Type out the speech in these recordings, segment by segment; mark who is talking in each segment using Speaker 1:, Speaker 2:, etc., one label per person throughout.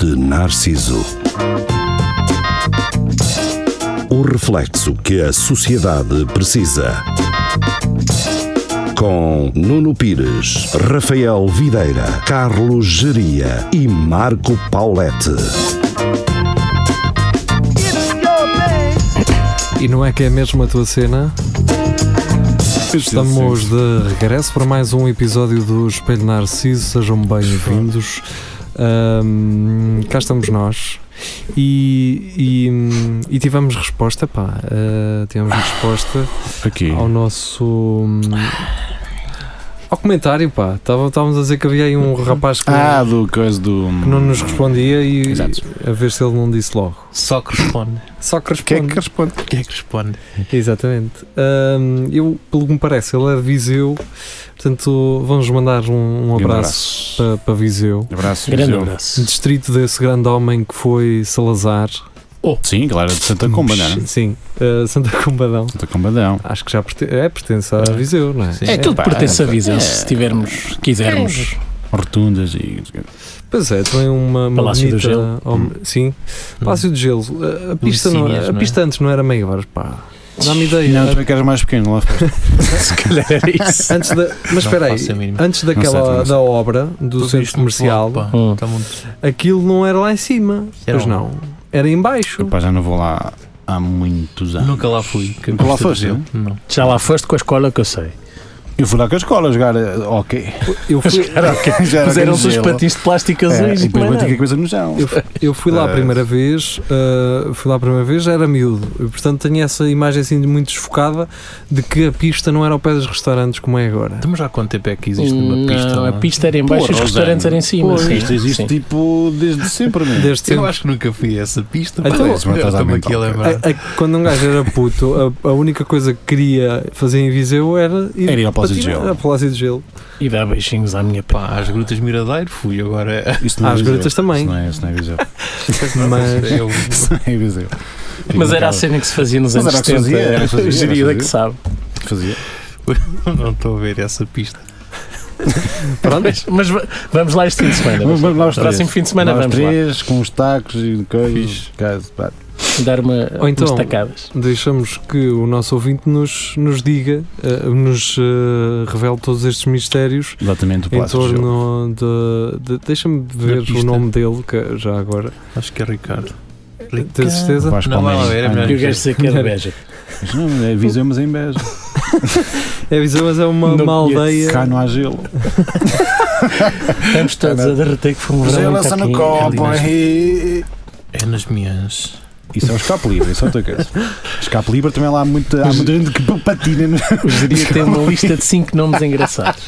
Speaker 1: de Narciso. O reflexo que a sociedade precisa. Com Nuno Pires, Rafael Videira, Carlos Geria e Marco Paulette.
Speaker 2: E não é que é mesmo a tua cena? Estamos de regresso para mais um episódio do Espelho Narciso. Sejam bem-vindos. Ahm, cá estamos nós. E, e, e tivemos resposta, pá. Ah, tivemos resposta
Speaker 3: Aqui.
Speaker 2: ao nosso. hum, ao comentário, pá. Estava- Estávamos a dizer que havia aí um rapaz que,
Speaker 3: Ah, do coisa do.
Speaker 2: que não nos respondia e
Speaker 3: Exato.
Speaker 2: a ver se ele não disse logo.
Speaker 4: Só que responde.
Speaker 2: Só que
Speaker 3: Que é
Speaker 2: responde.
Speaker 3: que responde?
Speaker 4: Quem é que responde?
Speaker 2: Exatamente. Hum, eu, pelo que me parece, ele é de Viseu, portanto, vamos mandar um, um
Speaker 3: E
Speaker 2: abraço para, para Viseu.
Speaker 3: Abraço.
Speaker 4: Grande
Speaker 3: Viseu.
Speaker 4: abraço.
Speaker 2: Distrito desse grande homem que foi Salazar.
Speaker 4: Oh.
Speaker 3: Sim, claro, de Santa Comba, não é?
Speaker 2: Sim, uh, Santa Combadão.
Speaker 3: Santa Combadão.
Speaker 2: Acho que já pertence, é, pertence a Viseu, não é?
Speaker 4: É aquilo que
Speaker 3: pá,
Speaker 4: pertence a
Speaker 3: é,
Speaker 4: Viseu,
Speaker 3: é.
Speaker 4: se tivermos, quisermos.
Speaker 5: É.
Speaker 3: Rotundas e.
Speaker 2: Pois é, também uma, uma
Speaker 4: Palácio do
Speaker 2: bonita...
Speaker 4: Gelo.
Speaker 2: hom-
Speaker 3: Hum.
Speaker 2: Sim, Palácio de Gelo. Ah, A- A pista, não,
Speaker 4: Lucinhas,
Speaker 2: a
Speaker 4: não é?
Speaker 2: pista antes não era meia hora, pá. Dá-me ideia.
Speaker 3: Não, tu é que eras mais pequeno lá fora.
Speaker 4: Se calhar era isso.
Speaker 2: Antes da, mas
Speaker 4: Não
Speaker 2: espera aí,
Speaker 4: faço a mínima.
Speaker 2: antes
Speaker 3: Não sei,
Speaker 2: daquela
Speaker 3: não sei.
Speaker 2: da obra do
Speaker 4: Tudo
Speaker 2: centro
Speaker 4: isto
Speaker 2: comercial,
Speaker 4: muito Hum.
Speaker 5: Tá muito-
Speaker 2: aquilo não era lá em cima.
Speaker 5: Era
Speaker 2: pois
Speaker 5: onde?
Speaker 2: não. Era em baixo.
Speaker 3: Pá, já não vou lá há muitos anos.
Speaker 5: Nunca lá fui. Que
Speaker 3: Nunca lá
Speaker 5: custa
Speaker 3: foste,
Speaker 5: dizer.
Speaker 3: não?
Speaker 5: Não.
Speaker 4: Já lá foste com a escola que eu sei.
Speaker 3: Eu fui lá com a escola jogar eh, ok.
Speaker 2: Eu fui,
Speaker 3: Já era
Speaker 4: Fizeram-se
Speaker 3: no
Speaker 4: os
Speaker 3: gelo.
Speaker 4: patins de plástico
Speaker 3: É,
Speaker 4: azuis
Speaker 3: e
Speaker 4: e
Speaker 3: depois bati
Speaker 4: mais nada.
Speaker 3: com a coisa no chão.
Speaker 2: eu, eu fui lá a
Speaker 3: Eh.
Speaker 2: primeira vez, eh, fui lá a primeira vez, já era miúdo. E, portanto, tenho essa imagem assim de muito desfocada de que a pista não era ao pé dos restaurantes como é agora.
Speaker 5: Estamos já há quanto tempo é que existe uma pista?
Speaker 4: Não,
Speaker 5: não é?
Speaker 4: a pista era em baixo e os
Speaker 3: Porra,
Speaker 4: restaurantes
Speaker 3: Rosana.
Speaker 4: eram em cima.
Speaker 3: Pois,
Speaker 4: sim,
Speaker 3: Isto existe
Speaker 4: sim.
Speaker 3: tipo desde sempre, mesmo.
Speaker 2: Desde
Speaker 5: Eu
Speaker 2: sempre.
Speaker 5: acho que nunca fui a essa pista.
Speaker 2: Então,
Speaker 5: pá.
Speaker 3: mas estás
Speaker 5: eu
Speaker 3: a
Speaker 5: estou-me
Speaker 3: mentir.
Speaker 5: aqui a lembrar.
Speaker 2: A- a- quando um gajo era puto, a, a única coisa que queria fazer em Viseu era ir,
Speaker 3: Era ir ao Palácio de
Speaker 2: patinar,
Speaker 3: Gelo.
Speaker 2: ao Palácio de Gelo.
Speaker 4: E dá beijinhos à minha pá.
Speaker 5: Pá, às Grutas Miradeiro fui agora.
Speaker 3: Isso não é
Speaker 2: Às
Speaker 3: Viseu.
Speaker 2: grutas também.
Speaker 3: Isso não é, isso não é Viseu.
Speaker 2: Mas
Speaker 5: Eu,
Speaker 3: Isso não é Viseu. Fico
Speaker 4: Mas
Speaker 3: na
Speaker 4: era a
Speaker 3: casa.
Speaker 4: cena que se fazia nos
Speaker 3: Mas
Speaker 4: anos
Speaker 3: era o que se
Speaker 4: 70.
Speaker 3: fazia, era o que se fazia, era
Speaker 4: Geria
Speaker 3: o
Speaker 4: que
Speaker 3: que se
Speaker 4: sabe.
Speaker 3: Fazia.
Speaker 5: não estou a ver essa pista.
Speaker 2: pronto,
Speaker 4: Mas, mas va- vamos lá este fim de semana.
Speaker 3: Vamos, vamos lá os três.
Speaker 4: Próximo fim de semana
Speaker 3: Lá os
Speaker 4: vamos lá
Speaker 3: três, com os tacos e coisas. Caso, pá.
Speaker 4: dar uma,
Speaker 2: Ou então-
Speaker 4: umas tacadas.
Speaker 2: deixamos que o nosso ouvinte nos, nos diga, eh, nos eh, revele todos estes mistérios
Speaker 3: Exatamente, o
Speaker 2: em
Speaker 3: Palácio de Gelo.
Speaker 2: torno de, de- deixa-me ver o
Speaker 5: pista.
Speaker 2: nome dele que já agora
Speaker 5: Acho que é Ricardo.
Speaker 2: tenho certeza
Speaker 3: Vais
Speaker 5: Não,
Speaker 3: para o
Speaker 5: vai lá
Speaker 3: meio.
Speaker 5: ver, é
Speaker 3: Ah,
Speaker 5: melhor.
Speaker 4: E o gajo dizer que era beija.
Speaker 3: não. Não, é Viseu, mas é em Beja.
Speaker 2: é Viseu mas é uma,
Speaker 4: Não
Speaker 2: uma
Speaker 4: conheço.
Speaker 2: aldeia
Speaker 3: Cá não há gelo.
Speaker 4: Estamos todos a derreter que fomos
Speaker 3: Gelo
Speaker 4: muito
Speaker 3: só
Speaker 4: aqui.
Speaker 5: copo,
Speaker 3: hein?
Speaker 5: É nas minhas.
Speaker 3: Isso é o escape livre, isso é outra coisa. Escape livre também lá há muita, há muita gente que patina. é? no-
Speaker 4: O geria tem uma lista de 5 nomes engraçados.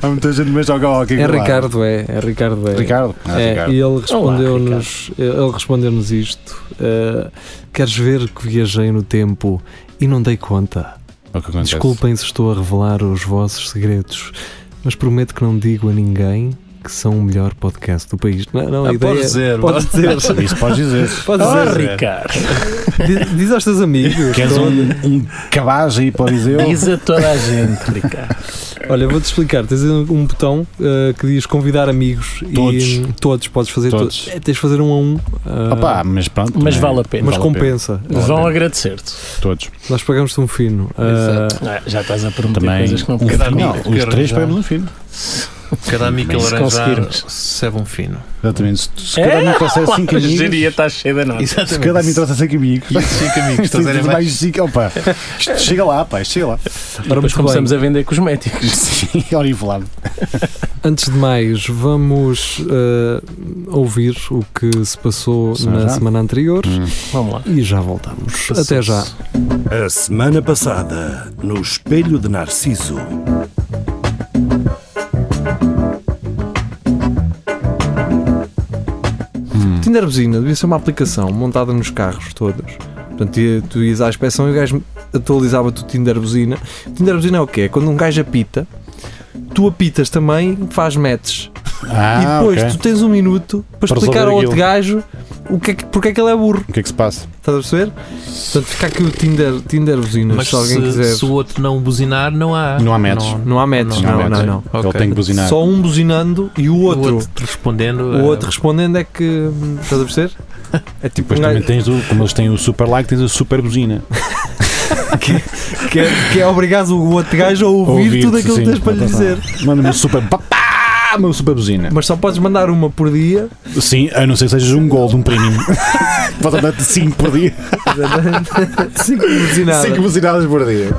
Speaker 3: Há muita gente que joga ao hockey
Speaker 2: é
Speaker 3: lá.
Speaker 2: Ricardo é, é Ricardo é,
Speaker 3: Ricardo? Ah,
Speaker 2: É,
Speaker 3: Ricardo.
Speaker 2: e ele respondeu-nos ele respondeu-nos isto eh, queres ver que viajei no tempo e não dei conta
Speaker 3: É o que acontece.
Speaker 2: desculpem se estou a revelar os vossos segredos mas prometo que não digo a ninguém que são o melhor podcast do país não, não a
Speaker 5: Ah,
Speaker 2: ideia é
Speaker 5: podes dizer,
Speaker 2: pode dizer
Speaker 3: Isso podes dizer. Ah,
Speaker 2: pode
Speaker 4: Oh,
Speaker 2: dizer
Speaker 4: Ricardo,
Speaker 2: diz, diz aos teus amigos
Speaker 3: Queres
Speaker 2: todos.
Speaker 3: um, um cabaz aí para o Viseu?
Speaker 4: diz a toda a gente, Ricardo.
Speaker 2: Olha, vou-te explicar. Tens um um botão uh, que diz convidar amigos e
Speaker 3: Todos.
Speaker 2: todos, podes fazer todos.
Speaker 3: Todos.
Speaker 2: É, tens de fazer um a um. uh,
Speaker 3: Opa, mas pronto.
Speaker 4: Mas
Speaker 3: também-
Speaker 4: vale a pena.
Speaker 2: mas
Speaker 3: vale a
Speaker 2: compensa.
Speaker 3: Vale a
Speaker 4: Vão
Speaker 3: pena.
Speaker 4: agradecer-te.
Speaker 3: Todos.
Speaker 2: Nós pagamos-te um fino. Uh,
Speaker 5: Exato.
Speaker 4: Ah, já estás a perguntar
Speaker 3: Também.
Speaker 4: coisas que não
Speaker 3: um
Speaker 5: Cada
Speaker 3: fino.
Speaker 5: amigo que
Speaker 3: os três
Speaker 5: arranjar.
Speaker 3: pegamos um fino.
Speaker 5: Cada amigo que
Speaker 3: Se
Speaker 5: alaranjar
Speaker 4: conseguirmos.
Speaker 5: recebe um fino.
Speaker 3: Exatamente. Se, se
Speaker 4: É?
Speaker 3: cada amigo trouxer cinco amigos.
Speaker 4: Geria está cheia de notas.
Speaker 3: Se cada amigo trouxer cinco amigos.
Speaker 5: E esses cinco amigos, estás a ver?
Speaker 3: Isto
Speaker 5: mais-
Speaker 3: mais cinco. Opa, isto chega lá, pá, isto chega lá.
Speaker 2: ora,
Speaker 4: Depois
Speaker 2: muito
Speaker 4: começamos
Speaker 2: bem.
Speaker 4: a vender cosméticos.
Speaker 3: Sim, orivelado.
Speaker 2: Antes de mais, vamos uh, ouvir o que se passou
Speaker 3: Sim,
Speaker 2: na
Speaker 3: já. Hum.
Speaker 2: semana anterior
Speaker 4: Vamos lá.
Speaker 2: e já voltamos. Até já.
Speaker 1: A semana passada, no Espelho de Narciso.
Speaker 2: Tinder Buzina devia ser uma aplicação montada nos carros todos. Portanto, ia- tu ias à inspeção e o gajo atualizava-te o Tinder Buzina. Tinder Buzina é o quê? É quando um gajo apita, tu apitas também, faz matches.
Speaker 3: Ah,
Speaker 2: e depois
Speaker 3: ok.
Speaker 2: tu tens um minuto para
Speaker 3: Para
Speaker 2: explicar
Speaker 3: resolver
Speaker 2: ao outro
Speaker 3: aquilo.
Speaker 2: gajo o que é que, porque é que ele é burro.
Speaker 3: O que é que se passa?
Speaker 2: Estás a perceber? Portanto, fica aqui o Tinder, Tinder buzinas,
Speaker 5: Mas
Speaker 2: se alguém
Speaker 5: se,
Speaker 2: quiser.
Speaker 5: se o outro não buzinar, não há.
Speaker 3: Não há metros.
Speaker 2: Não há matches,
Speaker 5: Não
Speaker 2: não,
Speaker 5: há
Speaker 2: não,
Speaker 3: matches.
Speaker 2: não.
Speaker 5: Ok.
Speaker 3: Ele tem que buzinar.
Speaker 2: Só um buzinando e o
Speaker 5: O
Speaker 2: outro.
Speaker 5: outro respondendo.
Speaker 2: O
Speaker 5: eh,
Speaker 2: outro respondendo é que. hum, Estás a perceber? É tipo
Speaker 3: Depois
Speaker 2: um
Speaker 3: também
Speaker 2: gajo
Speaker 3: tens o, como eles têm o super like, tens a super buzina.
Speaker 2: que, é, que é obrigado o outro gajo a ouvir,
Speaker 3: Ouvir-te,
Speaker 2: tudo aquilo
Speaker 3: sim,
Speaker 2: que tens para lhe
Speaker 3: tá, tá.
Speaker 2: dizer.
Speaker 3: Manda-me o super papá, uma super buzina.
Speaker 2: Mas só podes mandar uma por dia.
Speaker 3: Sim, a não ser que sejas um gol de um prêmio. Pode andar 5 por dia.
Speaker 2: Cinco buzinadas.
Speaker 3: 5 buzinadas por dia.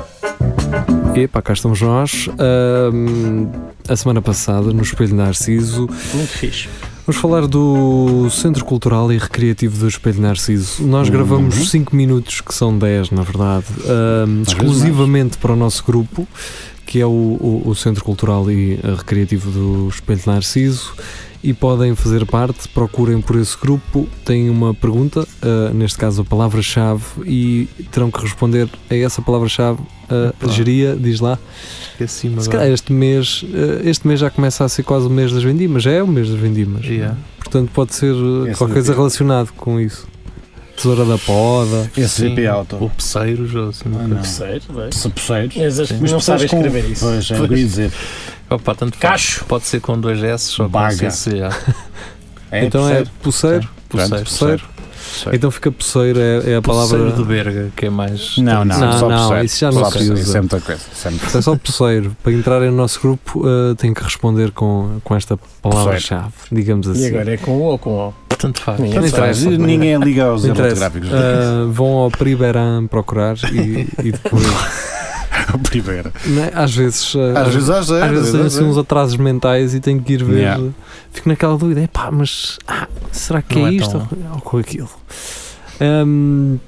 Speaker 2: Epá, cá estamos nós. Ahm, a semana passada, no Espelho Narciso,
Speaker 4: Muito fixe.
Speaker 2: vamos falar do Centro Cultural e Recreativo do Espelho Narciso. Nós gravamos 5 minutos, que são 10, na verdade, ahm,
Speaker 3: Uhum. Às vezes
Speaker 2: exclusivamente para o nosso grupo, que é o, o- o Centro Cultural e eh, Recreativo do Espelho Narciso. E podem fazer parte, procurem por esse grupo, têm uma pergunta, ah, neste caso a palavra-chave, e terão que responder a essa palavra-chave. ah,
Speaker 5: Epá.
Speaker 2: geria, diz lá.
Speaker 5: Esqueci-me
Speaker 2: Se
Speaker 5: agora.
Speaker 2: calhar este mês, eh, este mês já começa a ser quase o mês das vendimas, já é o mês das vendimas.
Speaker 5: Yeah.
Speaker 2: Portanto, pode ser eh,
Speaker 3: Esse
Speaker 2: qualquer coisa
Speaker 3: daqui.
Speaker 2: relacionado com isso. Tesoura da poda.
Speaker 5: Sim,
Speaker 3: SCP Auto.
Speaker 5: Ou peceiros, ou assim.
Speaker 3: Ah,
Speaker 5: uma coisa.
Speaker 3: não.
Speaker 4: Terceiro, vai.
Speaker 3: Se Poceiros.
Speaker 4: Mas acho que
Speaker 3: Mas
Speaker 4: não sabes
Speaker 3: poceiros com-
Speaker 4: escrever isso.
Speaker 3: Pois, é, eu queria dizer.
Speaker 5: Opa, tanto faz.
Speaker 4: Cacho.
Speaker 5: Pode ser com dois S ou
Speaker 3: Baga.
Speaker 5: com CC. ah,
Speaker 2: então
Speaker 3: poceiro.
Speaker 2: é pulseiro.
Speaker 5: Pulseiro.
Speaker 2: Pulseiro.
Speaker 5: Pulseiro.
Speaker 2: Então fica pulseiro, é, é a
Speaker 5: Pulseiro
Speaker 2: palavra.
Speaker 5: de Berga, que é mais.
Speaker 3: Não, não,
Speaker 2: Não,
Speaker 3: só
Speaker 2: não,
Speaker 3: pulseiro.
Speaker 2: isso já não
Speaker 3: Só
Speaker 2: se
Speaker 3: pulseiro,
Speaker 2: usa.
Speaker 3: Isso é muita coisa. Isso é muita
Speaker 2: Isso é só pulseiro. Para entrarem no nosso grupo, eh, tem que responder com, com esta palavra-chave, digamos assim.
Speaker 4: E agora é com O ou com O?
Speaker 5: Tanto faz.
Speaker 4: Ninguém
Speaker 5: Tanto
Speaker 3: coisa.
Speaker 5: faz.
Speaker 3: Sabe, Ninguém liga aos
Speaker 2: é Não interessa.
Speaker 3: gráficos.
Speaker 2: Eh, vão ao Priberan procurar e, e depois.
Speaker 3: Primeiro.
Speaker 2: né, às vezes. eh,
Speaker 3: Às vezes às
Speaker 2: Às vezes tenho assim
Speaker 3: vezes.
Speaker 2: uns atrasos mentais e tenho que ir ver.
Speaker 3: É, Yeah.
Speaker 2: Fico naquela dúvida, é pá, mas ah, será que
Speaker 5: Não
Speaker 2: é,
Speaker 5: é
Speaker 2: isto
Speaker 5: tão-
Speaker 2: ou, ou com aquilo? Hum,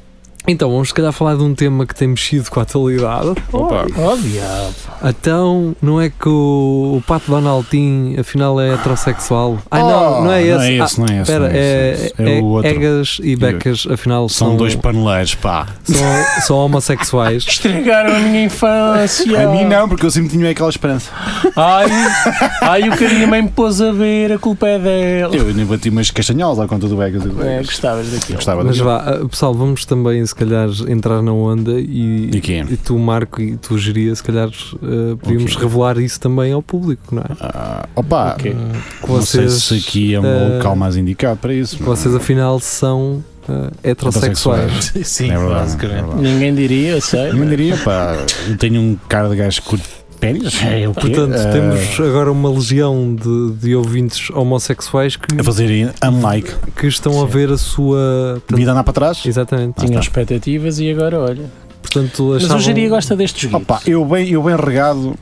Speaker 2: então, vamos se calhar falar de um tema que tem mexido com a atualidade.
Speaker 3: Opa.
Speaker 4: Oh, diabo.
Speaker 2: Então, não é que o, o Pato Donaldin afinal é heterossexual? Ai não,
Speaker 3: Oh,
Speaker 2: não é esse.
Speaker 3: Não é esse, não é
Speaker 2: Ah,
Speaker 3: esse.
Speaker 2: Espera,
Speaker 3: não é,
Speaker 2: é,
Speaker 3: esse. é,
Speaker 2: é-
Speaker 3: o outro.
Speaker 2: Egas e Becas afinal são,
Speaker 3: São dois paneleiros, pá.
Speaker 2: são, são homossexuais.
Speaker 4: Estragaram a minha infância.
Speaker 3: A mim não, porque eu sempre tinha aquela esperança.
Speaker 4: Ai, ai, o que a minha mãe me pôs a ver, a culpa é dela.
Speaker 3: Eu nem bati umas castanholas à conta do Egas e do
Speaker 4: É,
Speaker 3: Egas.
Speaker 4: gostavas daquilo.
Speaker 3: Gostava
Speaker 2: Mas
Speaker 3: daquilo.
Speaker 2: vá, ah, pessoal, vamos também se calhar entrar na onda e,
Speaker 3: E quem?
Speaker 2: E tu, Marco, e tu, Geria, se calhar eh, podíamos
Speaker 3: Ok.
Speaker 2: revelar isso também ao público, não é? Eh,
Speaker 3: Ah, opa,
Speaker 4: Ok.
Speaker 2: Que
Speaker 3: não sei
Speaker 2: vocês,
Speaker 3: se aqui é um
Speaker 2: eh,
Speaker 3: local mais indicado para isso.
Speaker 2: que vocês afinal, são eh, heterossexuais.
Speaker 5: Sim,
Speaker 3: É verdade, é
Speaker 5: basicamente.
Speaker 3: verdade.
Speaker 4: Ninguém diria, eu sei.
Speaker 3: Não diria, pá, eu tenho um cara de gajo curto de pênis. É, o quê?
Speaker 2: Portanto,
Speaker 3: Ah,
Speaker 2: temos agora uma legião de, de ouvintes homossexuais que,
Speaker 3: A fazer unlike.
Speaker 2: que estão a ver a sua. portanto,
Speaker 3: Vida andar para trás.
Speaker 2: exatamente.
Speaker 4: Tinham
Speaker 3: Ah, está.
Speaker 4: expectativas e agora olha.
Speaker 2: Portanto,
Speaker 4: Mas
Speaker 2: achavam-
Speaker 4: o Jaria gosta destes joguinhos.
Speaker 3: Opa, eu bem, eu bem regado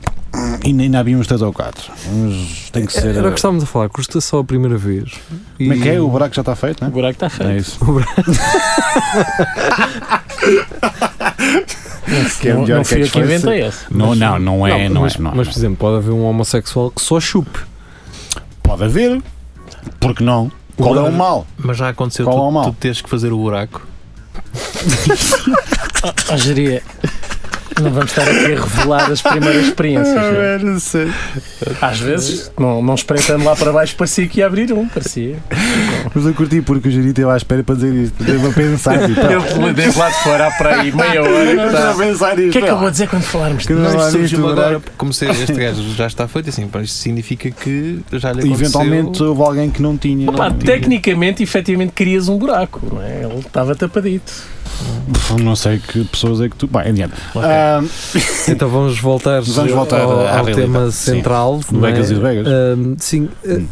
Speaker 3: e nem ainda havia uns 3 ou 4. Mas tem que ser. eh,
Speaker 2: Era o que estávamos a falar, custa só a primeira vez.
Speaker 3: Como é que é?
Speaker 2: E-
Speaker 3: O buraco já está feito,
Speaker 4: O
Speaker 3: não
Speaker 4: buraco está feio.
Speaker 3: é? É isso. que é
Speaker 4: não,
Speaker 3: melhor
Speaker 4: não
Speaker 3: que
Speaker 4: fui eu que
Speaker 3: disfarce.
Speaker 4: inventei esse.
Speaker 3: Não, não, não é. Não,
Speaker 2: mas,
Speaker 3: é, não é.
Speaker 2: mas, por exemplo, pode haver um homossexual que só chupe.
Speaker 3: Pode haver, porque não? Qual é o mal?
Speaker 5: Mas já aconteceu
Speaker 3: Qual é o
Speaker 5: tu,
Speaker 3: mal?
Speaker 5: tu teres que fazer o buraco.
Speaker 4: Ó Jaria, não vamos estar aqui a revelar as primeiras experiências. não é? Às vezes, não, não espreitando lá para baixo, parecia que ia abrir um, parecia.
Speaker 3: Mas eu curti porque o Jiri esteve à espera para dizer isto. Esteve a pensar. tipo,
Speaker 4: Eu desde lá de fora há para aí meia hora que
Speaker 3: Esteve a
Speaker 2: tá.
Speaker 3: pensar
Speaker 4: O
Speaker 3: isto.
Speaker 4: que é que eu vou dizer quando falarmos
Speaker 3: Que
Speaker 4: disso?
Speaker 3: não
Speaker 5: Mas
Speaker 3: há
Speaker 5: isto
Speaker 3: nisto,
Speaker 5: surgiu agora,
Speaker 3: buraco.
Speaker 5: como se este gajo já está feito, assim, pá, isto significa que já lhe aconteceu.
Speaker 3: Eventualmente houve alguém que não tinha.
Speaker 4: Opa,
Speaker 3: não, tinha.
Speaker 4: tecnicamente, efetivamente, querias um buraco, não é? Ele estava tapadito.
Speaker 3: Pff, não sei que pessoas é que tu. Bem, adiante.
Speaker 5: Ok.
Speaker 3: Ah,
Speaker 2: Então vamos voltar,
Speaker 3: Vamos voltar
Speaker 2: ao,
Speaker 3: à
Speaker 2: ao
Speaker 3: realidade,
Speaker 2: tema
Speaker 3: sim.
Speaker 2: central.
Speaker 3: Do
Speaker 2: não
Speaker 3: Vegas
Speaker 2: é?
Speaker 3: e do Vegas.
Speaker 2: Ahm, sim, eh,
Speaker 3: Hum.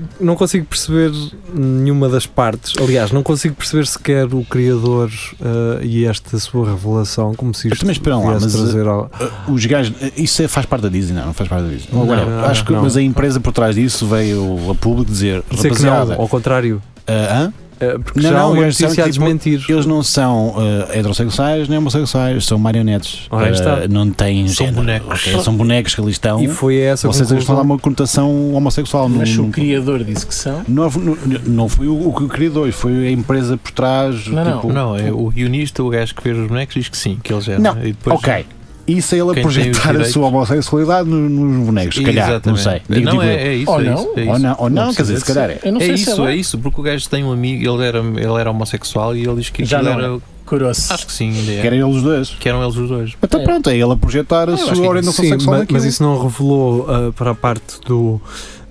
Speaker 2: eh, não consigo perceber nenhuma das partes. Aliás, não consigo perceber sequer o criador eh, e esta sua revelação, como se
Speaker 3: Mas
Speaker 2: isto
Speaker 3: também esperam lá,
Speaker 2: viesse
Speaker 3: mas
Speaker 2: trazer ao...
Speaker 3: ah, os gajos. ah, Isso é- faz parte da Disney, não? Não faz parte da Disney.
Speaker 2: Não,
Speaker 3: Agora,
Speaker 2: não,
Speaker 3: acho que,
Speaker 2: não.
Speaker 3: mas a empresa por trás disso veio a público dizer:
Speaker 2: Dizer que não,
Speaker 3: rapaziada,
Speaker 2: ao contrário.
Speaker 3: ah, hã?
Speaker 2: Eh, porque
Speaker 3: Não,
Speaker 2: já
Speaker 3: não,
Speaker 2: há uma
Speaker 3: eles disseram
Speaker 2: notícia a
Speaker 3: que, tipo,
Speaker 2: desmentir.
Speaker 3: eles não são ah, heterossexuais nem homossexuais, são marionetes.
Speaker 2: Ora, aí
Speaker 3: Ah,
Speaker 2: está.
Speaker 3: não têm
Speaker 5: São
Speaker 3: género,
Speaker 5: bonecos.
Speaker 3: ok? São bonecos que ali estão.
Speaker 2: E foi essa a
Speaker 3: Vocês eles estão a dar
Speaker 2: conclusão.
Speaker 3: uma conotação homossexual.
Speaker 4: Mas se
Speaker 3: não,
Speaker 4: o criador disse que são,
Speaker 3: não, não, não foi o, o que criador, foi a empresa por trás.
Speaker 4: Não,
Speaker 3: tipo,
Speaker 5: Não, é o guionista, o gajo que fez os bonecos, diz que sim, que eles eram.
Speaker 3: tipo, Não,
Speaker 5: E depois,
Speaker 3: ok. Isso é ele a
Speaker 5: Quem tem os
Speaker 3: projetar a
Speaker 5: direitos.
Speaker 3: sua homossexualidade no- nos bonecos, se calhar, não sei.
Speaker 5: Exatamente.
Speaker 3: Digo- digo eu.
Speaker 5: não, é, é isso.
Speaker 4: Ou
Speaker 5: é
Speaker 4: não,
Speaker 5: isso, é
Speaker 3: Ou
Speaker 5: isso.
Speaker 3: não, ou não, quer dizer,
Speaker 5: precisa
Speaker 3: se
Speaker 5: de
Speaker 3: calhar é.
Speaker 4: Eu não
Speaker 5: É
Speaker 4: sei se
Speaker 5: isso,
Speaker 4: é,
Speaker 5: é isso, porque o gajo tem um amigo, ele era, ele era homossexual e ele diz que
Speaker 4: Já
Speaker 5: aquilo
Speaker 4: não é.
Speaker 5: era.
Speaker 4: Curou-se.
Speaker 5: Acho que sim, ainda é.
Speaker 3: Querem eles os dois.
Speaker 5: que eram eles os dois.
Speaker 3: Então
Speaker 4: É.
Speaker 3: pronto, é ele a projetar a
Speaker 5: acho
Speaker 3: sua
Speaker 5: que-
Speaker 3: orientação
Speaker 2: Sim,
Speaker 3: sexual é?
Speaker 2: mas, mas
Speaker 3: naquilo.
Speaker 2: isso não revelou ah, para a parte do,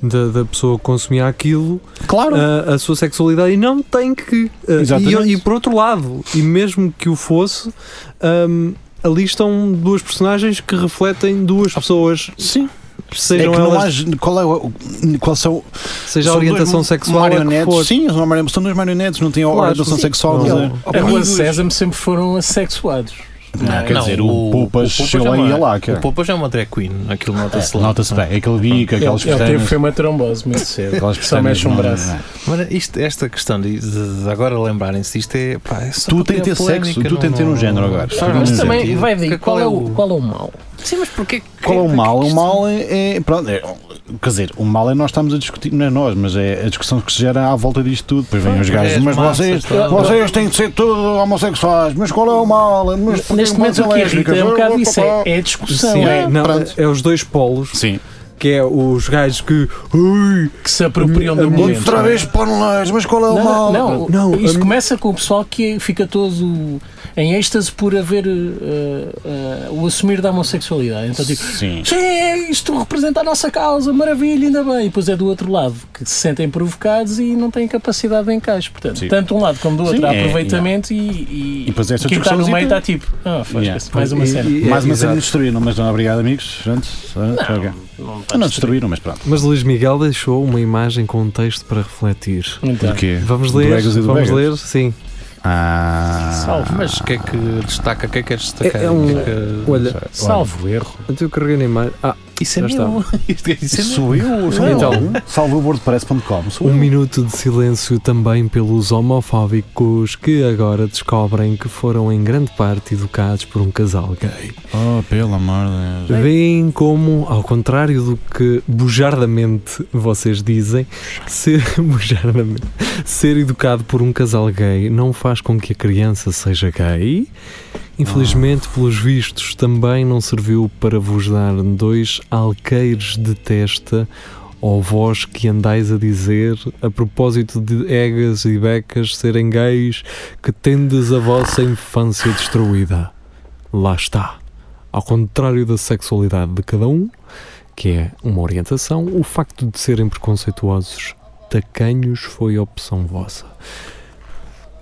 Speaker 2: da, da pessoa que consumia aquilo
Speaker 3: Claro.
Speaker 2: a, a sua sexualidade e não tem que. ah,
Speaker 3: Exatamente.
Speaker 2: e, e por outro lado, e mesmo que o fosse, ahm, ali estão duas personagens que refletem duas pessoas,
Speaker 3: Sim. Ah, É
Speaker 2: sejam
Speaker 3: que não
Speaker 2: elas,
Speaker 3: há, qual, é, o- qual são
Speaker 2: seja a
Speaker 3: são
Speaker 2: orientação
Speaker 3: dois
Speaker 2: sexual a que
Speaker 3: marionetes.
Speaker 2: for.
Speaker 3: Sim, são, mari- são dois marionetes, não têm a
Speaker 2: Claro,
Speaker 3: orientação
Speaker 2: sim.
Speaker 3: sexual.
Speaker 2: Não.
Speaker 3: mas é-
Speaker 2: Não.
Speaker 4: A Rua
Speaker 5: Amigos.
Speaker 4: Sésamo sempre foram assexuados.
Speaker 3: Não, Ah, quer
Speaker 5: Não,
Speaker 3: dizer, o,
Speaker 5: o-
Speaker 3: Pupas
Speaker 5: o Pupas
Speaker 3: chegou
Speaker 5: é
Speaker 3: aí
Speaker 5: uma-
Speaker 3: e lá.
Speaker 5: O
Speaker 3: cara.
Speaker 5: Popas é uma drag queen, aquilo nota-se
Speaker 3: É,
Speaker 5: lá.
Speaker 3: Nota-se bem, aquele bico,
Speaker 4: Ele,
Speaker 3: aquelas
Speaker 4: ele teve foi
Speaker 3: pestanas.
Speaker 4: uma trombose muito cedo.
Speaker 3: aquelas
Speaker 4: só mexe um
Speaker 3: pestanas,
Speaker 4: braço.
Speaker 3: não, é? não,
Speaker 5: Mas isto- esta questão de, de- de agora lembrarem-se disto é. Pá, é só
Speaker 3: Tu
Speaker 5: para
Speaker 3: tens de ter
Speaker 5: criar
Speaker 3: sexo,
Speaker 5: polémica,
Speaker 3: tu tens de ter um
Speaker 5: não-
Speaker 3: género agora.
Speaker 5: Faz
Speaker 3: Tu tens de
Speaker 5: muito
Speaker 3: ter um
Speaker 4: Mas
Speaker 5: sentido.
Speaker 4: também, vai daí,
Speaker 5: Que-
Speaker 4: qual, é o, qual é o mal?
Speaker 5: Sim, mas porquê
Speaker 3: Qual é o
Speaker 5: porquê
Speaker 3: mal?
Speaker 5: que
Speaker 3: O
Speaker 5: isto-
Speaker 3: mal é, é- pronto, é- Quer dizer, o mal é nós estamos a discutir, não é nós, mas é a discussão que se gera à volta disto tudo. Depois vêm os
Speaker 5: porque é
Speaker 3: gajos,
Speaker 5: as
Speaker 3: mas
Speaker 5: massas,
Speaker 3: vocês,
Speaker 5: tá?
Speaker 3: vocês têm de ser todos homossexuais, mas qual é o mal? Mas porque
Speaker 4: Neste momento, o que
Speaker 3: vocês
Speaker 4: irrita é um
Speaker 3: lésbicas,
Speaker 4: bocado isso. É,
Speaker 3: papapá.
Speaker 4: é a discussão.
Speaker 2: Sim,
Speaker 4: é,
Speaker 2: não,
Speaker 3: pronto.
Speaker 2: é os dois polos,
Speaker 3: Sim,
Speaker 2: que é os gajos que. Ui,
Speaker 4: que se apropriam do
Speaker 2: Outra
Speaker 4: momento.
Speaker 3: outra vez panelões, mas qual é o
Speaker 4: Não,
Speaker 3: mal?
Speaker 4: é não,
Speaker 2: Não,
Speaker 4: não,
Speaker 2: a
Speaker 4: isto
Speaker 2: mim-
Speaker 4: começa com o pessoal que fica todo em êxtase por haver eh, eh, o assumir da homossexualidade. Então, tipo,
Speaker 3: Sim.
Speaker 4: Sim, isto representa a nossa causa, maravilha, ainda bem. E depois é do outro lado, que se sentem provocados e não têm capacidade de encaixe. Portanto,
Speaker 3: Sim.
Speaker 4: tanto um lado como do outro
Speaker 3: Sim,
Speaker 4: há
Speaker 3: é,
Speaker 4: aproveitamento
Speaker 3: E
Speaker 4: e,
Speaker 3: depois esta
Speaker 4: quem está no
Speaker 3: discussãozinha.
Speaker 4: meio está tipo, ah, faz
Speaker 3: Yeah.
Speaker 4: esquece, mais uma
Speaker 2: E-
Speaker 4: cena.
Speaker 2: e-
Speaker 3: Mais uma
Speaker 2: É, exato.
Speaker 3: cena destruíram, mas não obrigado, amigos. Antes, antes, ok.
Speaker 4: Não está
Speaker 3: não
Speaker 4: distraído.
Speaker 3: destruíram, mas pronto.
Speaker 2: Mas Luís Miguel deixou uma imagem com um texto para refletir.
Speaker 4: Então,
Speaker 3: Porquê?
Speaker 2: Vamos
Speaker 3: Do
Speaker 2: ler,
Speaker 3: Vegas e do
Speaker 2: vamos
Speaker 3: Vegas?
Speaker 2: ler, sim.
Speaker 3: Ah,
Speaker 4: Salve,
Speaker 5: Mas o que é que destaca? O que é que é destacar?
Speaker 2: É- é um-
Speaker 5: O que é que-
Speaker 2: Olha,
Speaker 4: salvo erro.
Speaker 2: então eu carreguei na imagem. Ah,
Speaker 5: Isso é
Speaker 2: Já está.
Speaker 5: meu. Isto é- Isso é meu.
Speaker 3: Sou eu, sou
Speaker 2: Então.
Speaker 3: eu. Salve o WordPress.com. Sou
Speaker 2: um
Speaker 3: eu.
Speaker 2: minuto de silêncio também pelos homofóbicos que agora descobrem que foram em grande parte educados por um casal gay.
Speaker 3: Oh, pelo amor de Deus.
Speaker 2: Veem como, ao contrário do que bujardamente vocês dizem, ser, bujardamente, ser educado por um casal gay não faz com que a criança seja gay. Infelizmente, pelos vistos, também não serviu para vos dar dois alqueires de testa ou vós que andais a dizer a propósito de egas e becas serem gays que tendes a vossa infância destruída. Lá está. Ao contrário da sexualidade de cada um, que é uma orientação, o facto de serem preconceituosos tacanhos foi opção vossa.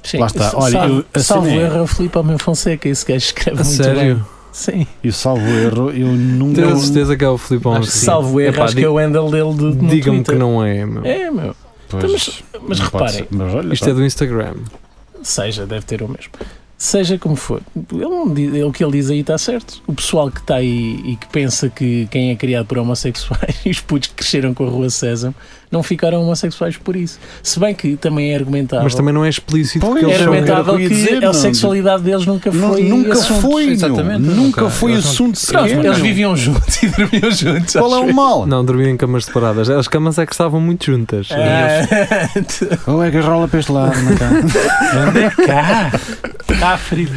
Speaker 4: Sim,
Speaker 3: Lá está. Olha,
Speaker 4: salvo,
Speaker 3: eu- a
Speaker 4: salvo
Speaker 3: cena é-
Speaker 4: erro é o Filipe Almeida Fonseca, esse gajo escreve muito bem. Sim.
Speaker 3: E salvo erro, eu nunca.
Speaker 2: Tenho a certeza que é o Filipão.
Speaker 5: Acho que
Speaker 2: sim.
Speaker 4: Salvo erro,
Speaker 2: Epá,
Speaker 4: acho que é o handle dele de, no
Speaker 2: Digam-me que
Speaker 4: Twitter.
Speaker 2: não é, meu.
Speaker 4: É, meu.
Speaker 3: Pois,
Speaker 4: Mas- mas
Speaker 3: não pode ser.
Speaker 4: reparem,
Speaker 3: Mas olha,
Speaker 2: Isto é do Instagram.
Speaker 4: Seja, deve ter o mesmo. Seja como for, ele não diz- ele- o que ele diz aí está certo. O pessoal que está aí e que pensa que quem é criado por homossexuais e os putos que cresceram com a Rua César não ficaram homossexuais por isso. Se bem que também é argumentável,
Speaker 2: Mas também não é explícito
Speaker 3: Pois,
Speaker 2: que
Speaker 4: é
Speaker 2: eles são. é?
Speaker 3: argumentado. era
Speaker 4: argumentável
Speaker 3: o que eu ia
Speaker 4: que
Speaker 3: dizer,
Speaker 4: a
Speaker 3: não.
Speaker 4: sexualidade deles nunca
Speaker 3: Nu-
Speaker 4: foi.
Speaker 3: nunca
Speaker 4: assunto.
Speaker 3: foi, meu.
Speaker 5: Exatamente,
Speaker 3: nunca
Speaker 5: nunca.
Speaker 3: foi
Speaker 5: Eles não-
Speaker 3: assunto
Speaker 4: Não,
Speaker 3: sequer.
Speaker 4: eles
Speaker 3: meu.
Speaker 4: viviam juntos e dormiam juntos.
Speaker 3: Qual é o mal?
Speaker 2: Não, dormiam em camas separadas. As camas é que estavam muito juntas.
Speaker 4: É.
Speaker 3: Ou é que rola para este lado, não é?
Speaker 4: cá? Está frio.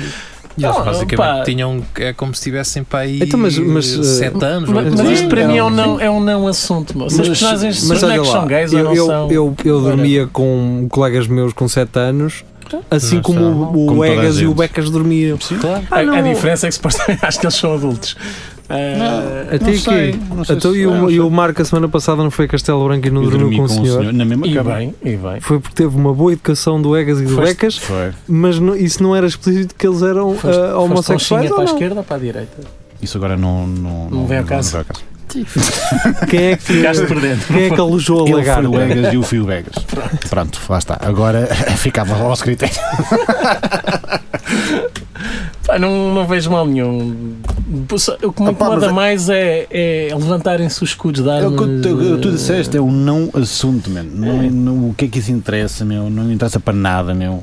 Speaker 5: E eles
Speaker 4: Não,
Speaker 5: basicamente
Speaker 4: Então, pá.
Speaker 5: tinham. É como se tivessem para aí.
Speaker 2: Então, mas- mas, eh,
Speaker 5: 7 anos.
Speaker 4: Mas,
Speaker 5: oito
Speaker 4: mas
Speaker 5: anos.
Speaker 4: isto para mim é um
Speaker 3: Sim.
Speaker 4: não, é um não assunto. Meu. Se as
Speaker 3: Mas-
Speaker 4: personagens
Speaker 2: Mas
Speaker 4: se não é
Speaker 2: olha
Speaker 4: que
Speaker 2: lá,
Speaker 4: são gays ou
Speaker 2: eu,
Speaker 4: não
Speaker 2: eu,
Speaker 4: são.
Speaker 2: eu, eu
Speaker 4: Ora.
Speaker 2: dormia com colegas meus com 7 anos, assim
Speaker 5: Não
Speaker 2: como
Speaker 5: está
Speaker 2: o-
Speaker 5: mal.
Speaker 2: o,
Speaker 3: Como toda a
Speaker 2: Egas e o
Speaker 3: gente.
Speaker 2: Becas dormiam.
Speaker 5: Claro.
Speaker 2: Ah,
Speaker 4: a, a
Speaker 2: não.
Speaker 4: diferença é que supostamente acho que eles são adultos. Ah,
Speaker 2: Até aqui. Então,
Speaker 3: é,
Speaker 2: e, o, e o Marco, a semana passada, não foi a Castelo Branco e não dormiu com o senhor?
Speaker 3: Na mesma
Speaker 4: e
Speaker 3: cama.
Speaker 4: bem, e bem.
Speaker 2: Foi porque teve uma boa educação do Egas e do
Speaker 4: Foste-
Speaker 2: Becas,
Speaker 3: Foi.
Speaker 2: mas não- isso não era explícito que eles eram
Speaker 4: Foste-
Speaker 2: ah,
Speaker 4: Foste
Speaker 2: homossexuais.
Speaker 4: conchinha para a
Speaker 2: Ou não?
Speaker 4: esquerda ou para a direita?
Speaker 3: Isso agora não. Não,
Speaker 4: Não vem ao caso.
Speaker 3: Não vem ao caso.
Speaker 2: Quem é que,
Speaker 4: Ficaste por dentro.
Speaker 2: quem é que alojou a
Speaker 3: Ele foi o
Speaker 2: lagarta?
Speaker 3: Vegas e eu fui o Vegas. Pronto. lá está. Agora ficava ao nosso critério.
Speaker 4: Pá, não, não vejo mal nenhum. Só- O que me
Speaker 3: Ah, pá,
Speaker 4: incomoda
Speaker 3: mas é-
Speaker 4: mais é, é levantarem-se os escudos de
Speaker 3: É o
Speaker 4: armas.
Speaker 3: que tu, tu
Speaker 4: eh,
Speaker 3: disseste, é um não assunto, man. Não, não- o que é que isso interessa, meu? Não lhe interessa para nada, meu.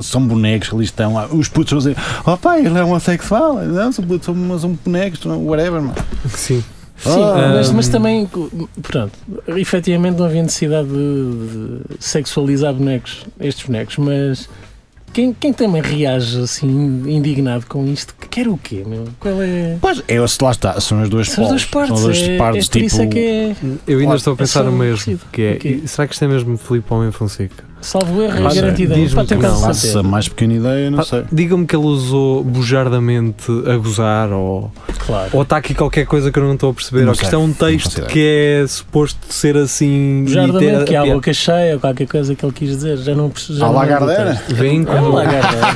Speaker 3: São bonecos que ali estão lá. Os putos vão dizer, oh pá, ele é homossexual. Não, são, putos, são, são bonecos, não, whatever, mano.
Speaker 2: Sim.
Speaker 4: Sim,
Speaker 3: Ah,
Speaker 4: mas,
Speaker 2: hum.
Speaker 4: mas também, pronto, efetivamente não havia necessidade de, de sexualizar bonecos, estes bonecos, mas Quem, quem também reage assim, indignado com isto, quer o quê, meu? Qual é.
Speaker 3: Pois, é, se lá está, são as duas
Speaker 4: São as duas partes.
Speaker 3: São as
Speaker 4: é,
Speaker 3: duas
Speaker 4: é
Speaker 3: partes,
Speaker 4: por isso é
Speaker 3: tipo,
Speaker 4: que é.
Speaker 2: Eu ainda
Speaker 3: Olha,
Speaker 2: estou a
Speaker 4: é
Speaker 2: pensar
Speaker 4: só
Speaker 2: no
Speaker 4: um
Speaker 2: mesmo,
Speaker 4: tecido.
Speaker 2: que é,
Speaker 4: Ok.
Speaker 2: será que isto é mesmo Filipe Homem Fonseca?
Speaker 4: Salvo erro,
Speaker 3: Mas,
Speaker 4: é garantida.
Speaker 2: diz-me
Speaker 4: Pá, tem
Speaker 2: que não.
Speaker 4: quase
Speaker 3: faço
Speaker 4: certeza.
Speaker 3: a mais pequena ideia, não
Speaker 2: Pá,
Speaker 3: sei.
Speaker 2: Digam-me que ele usou bujardamente a gozar ou,
Speaker 4: Claro.
Speaker 2: ou está aqui qualquer coisa que eu não estou a perceber,
Speaker 3: Não
Speaker 2: ou que
Speaker 3: sei,
Speaker 2: isto é um
Speaker 3: não faço
Speaker 2: texto
Speaker 3: ideia.
Speaker 2: que é suposto ser assim. e ter
Speaker 4: Jardamente
Speaker 2: a-
Speaker 4: que é
Speaker 2: a
Speaker 4: há a
Speaker 2: piada.
Speaker 4: boca cheia ou qualquer coisa que ele quis dizer, já não preciso. já
Speaker 3: À
Speaker 4: não lembro do
Speaker 3: lagardeira?
Speaker 4: texto.
Speaker 2: Vem
Speaker 4: É uma
Speaker 2: com.
Speaker 4: lagardeira,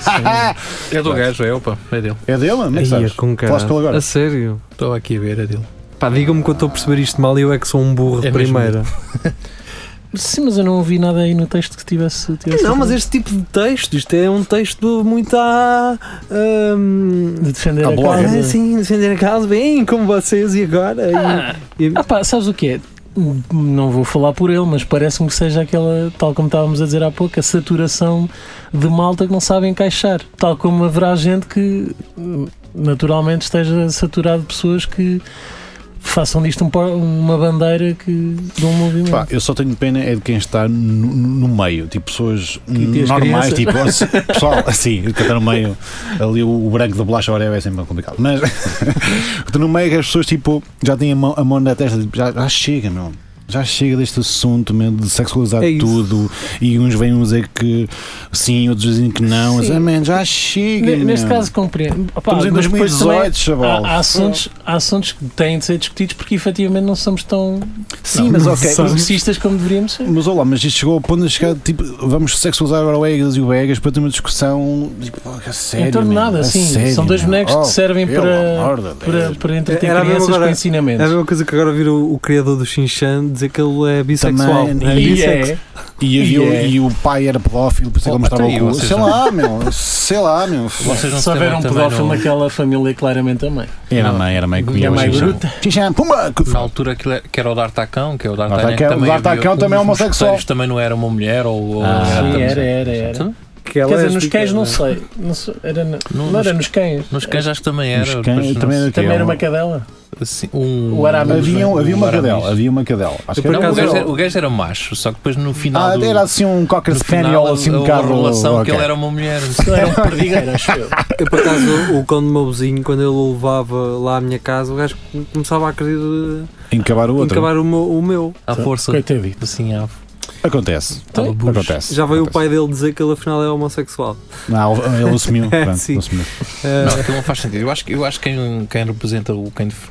Speaker 4: sim.
Speaker 5: É do gajo, é opa, é dele.
Speaker 3: É dele? Não é que
Speaker 2: Ia,
Speaker 3: sabes?
Speaker 2: com
Speaker 3: Falaste pelo
Speaker 2: cara.
Speaker 3: agora.
Speaker 2: A sério.
Speaker 5: Estou aqui a ver, é dele.
Speaker 2: Pá, digam-me que eu estou a perceber isto mal e eu é que sou um burro de
Speaker 5: É mesmo.
Speaker 2: primeira.
Speaker 4: Sim, mas eu não ouvi nada aí no texto que tivesse. tivesse
Speaker 2: Não, mas este tipo de texto, isto é um texto muito a.
Speaker 4: De defender
Speaker 3: A
Speaker 4: a,
Speaker 3: blog.
Speaker 4: causa.
Speaker 2: Ah, sim, defender a casa, bem como vocês e agora. e- e-
Speaker 4: Ah pá, sabes o que é? Não vou falar por ele, mas parece-me que seja aquela, tal como estávamos a dizer há pouco, a saturação de malta que não sabe encaixar. Tal como haverá gente que hum, naturalmente esteja saturado de pessoas que façam disto um por- uma bandeira que de um movimento.
Speaker 3: Pá, eu só tenho pena é de quem está no, no- no meio, tipo pessoas
Speaker 4: tem as
Speaker 3: normais,
Speaker 4: crianças.
Speaker 3: tipo assim, pessoal assim, que está no meio, ali o, o branco da bolacha orelha é sempre complicado. Mas que no meio que as pessoas tipo já têm a mão, a mão na testa, tipo, já, já chega, meu. Já chega deste assunto meu, de sexualizar
Speaker 2: É isso.
Speaker 3: tudo e uns vêm dizer que sim, outros dizem que não. Mas,
Speaker 4: Sim.
Speaker 3: ah, man, já chega.
Speaker 4: Ne- Neste
Speaker 3: meu.
Speaker 4: caso compreendo. Opá,
Speaker 3: estamos em
Speaker 4: mas depois
Speaker 3: 2018,
Speaker 4: também
Speaker 3: chaval.
Speaker 4: Há, há assuntos, há assuntos que têm de ser discutidos porque efetivamente não somos tão
Speaker 3: Sim, mas ok. mas-
Speaker 4: progressistas como deveríamos ser.
Speaker 3: Mas olá, mas isto chegou ao ponto de chegar, tipo, vamos sexualizar agora o Egas e o Egas para ter uma discussão, tipo, oh, a sério.
Speaker 4: Em torno de
Speaker 3: meu,
Speaker 4: nada,
Speaker 3: a
Speaker 4: sim.
Speaker 3: sério,
Speaker 4: São dois
Speaker 3: meu.
Speaker 4: bonecos
Speaker 3: Oh,
Speaker 4: que servem
Speaker 3: pelo
Speaker 4: para,
Speaker 3: amor de
Speaker 4: para,
Speaker 3: Deus.
Speaker 4: para entreter
Speaker 2: Era a mesma
Speaker 4: crianças
Speaker 2: agora-
Speaker 4: com
Speaker 2: É a
Speaker 4: ensinamentos.
Speaker 2: mesma coisa que agora ouvir o, o criador do Shinchan dizer que ele é bissexual.
Speaker 3: Também,
Speaker 2: é
Speaker 3: e
Speaker 2: bissexo.
Speaker 4: é.
Speaker 3: E, havia-
Speaker 4: Yeah.
Speaker 3: e o pai era pedófilo, por isso é que
Speaker 5: Oh,
Speaker 3: ele mostrava
Speaker 5: até
Speaker 3: o
Speaker 5: eu,
Speaker 3: cu.
Speaker 5: vocês
Speaker 3: Sei
Speaker 5: não-
Speaker 3: lá, meu, sei lá, meu.
Speaker 5: Vocês não
Speaker 4: Se
Speaker 5: sabem
Speaker 4: houver um
Speaker 5: também
Speaker 4: pedófilo
Speaker 5: não-
Speaker 4: naquela família, claramente a mãe.
Speaker 3: Era a
Speaker 5: Não.
Speaker 3: mãe, era a mãe que
Speaker 5: E
Speaker 3: comia
Speaker 5: a
Speaker 3: o
Speaker 5: mãe
Speaker 3: xixão.
Speaker 4: bruta.
Speaker 3: Xixão, pumba!
Speaker 5: Na altura aquilo era- que era o D'Artacão, que é o D'Artagnan, que
Speaker 3: D'Artacão-
Speaker 5: também havia-
Speaker 3: D'Artacão
Speaker 5: um
Speaker 3: também é
Speaker 5: dos
Speaker 3: homossexual.
Speaker 5: mosqueteiros também não era uma mulher ou... ou
Speaker 3: Ah,
Speaker 4: Sim,
Speaker 5: também-
Speaker 4: era, era, era.
Speaker 5: Então,
Speaker 2: Que é
Speaker 4: Quer dizer, nos
Speaker 2: lésbica,
Speaker 4: cães
Speaker 2: né?
Speaker 4: não é? sei. Não, sei, era, na-
Speaker 5: No-
Speaker 4: não era
Speaker 5: nos-
Speaker 4: nos cães.
Speaker 5: Nos cães acho que também era.
Speaker 3: Nos cães
Speaker 5: depois não
Speaker 3: também
Speaker 5: sei.
Speaker 3: era
Speaker 4: Também era
Speaker 3: um-
Speaker 4: uma cadela.
Speaker 5: Assim, um,
Speaker 4: O aramis.
Speaker 3: Havia, um- havia
Speaker 5: um
Speaker 3: uma
Speaker 5: aramis.
Speaker 3: cadela, havia uma cadela. Acho que
Speaker 5: Não,
Speaker 3: era
Speaker 5: o,
Speaker 3: uma
Speaker 5: gajo era,
Speaker 3: cadela.
Speaker 5: o gajo era macho, só que depois no final.
Speaker 3: Ah,
Speaker 5: do,
Speaker 3: era assim um cocker
Speaker 5: no
Speaker 3: spaniel,
Speaker 5: final,
Speaker 3: assim um
Speaker 5: houve
Speaker 3: carro.
Speaker 5: uma relação que
Speaker 3: ok.
Speaker 5: ele era uma mulher.
Speaker 4: Aquilo Era um perdigueiro, acho eu.
Speaker 2: Eu, por acaso, o cão do meu vizinho, quando ele o levava lá à minha casa, o gajo começava a querer eh,
Speaker 3: Encabar o outro.
Speaker 2: encabar o meu. O meu.
Speaker 5: À força.
Speaker 4: Coitadito.
Speaker 5: Assim, à
Speaker 3: Acontece.
Speaker 5: Então,
Speaker 3: Acontece.
Speaker 2: Já veio o
Speaker 3: Acontece.
Speaker 2: pai dele dizer que ele afinal é homossexual.
Speaker 3: Não, ele assumiu. Pronto,
Speaker 2: Sim.
Speaker 3: assumiu.
Speaker 2: Eh,
Speaker 5: Não, aquilo não faz sentido. Eu acho, que- eu acho que quem, quem representa o. Quem, def-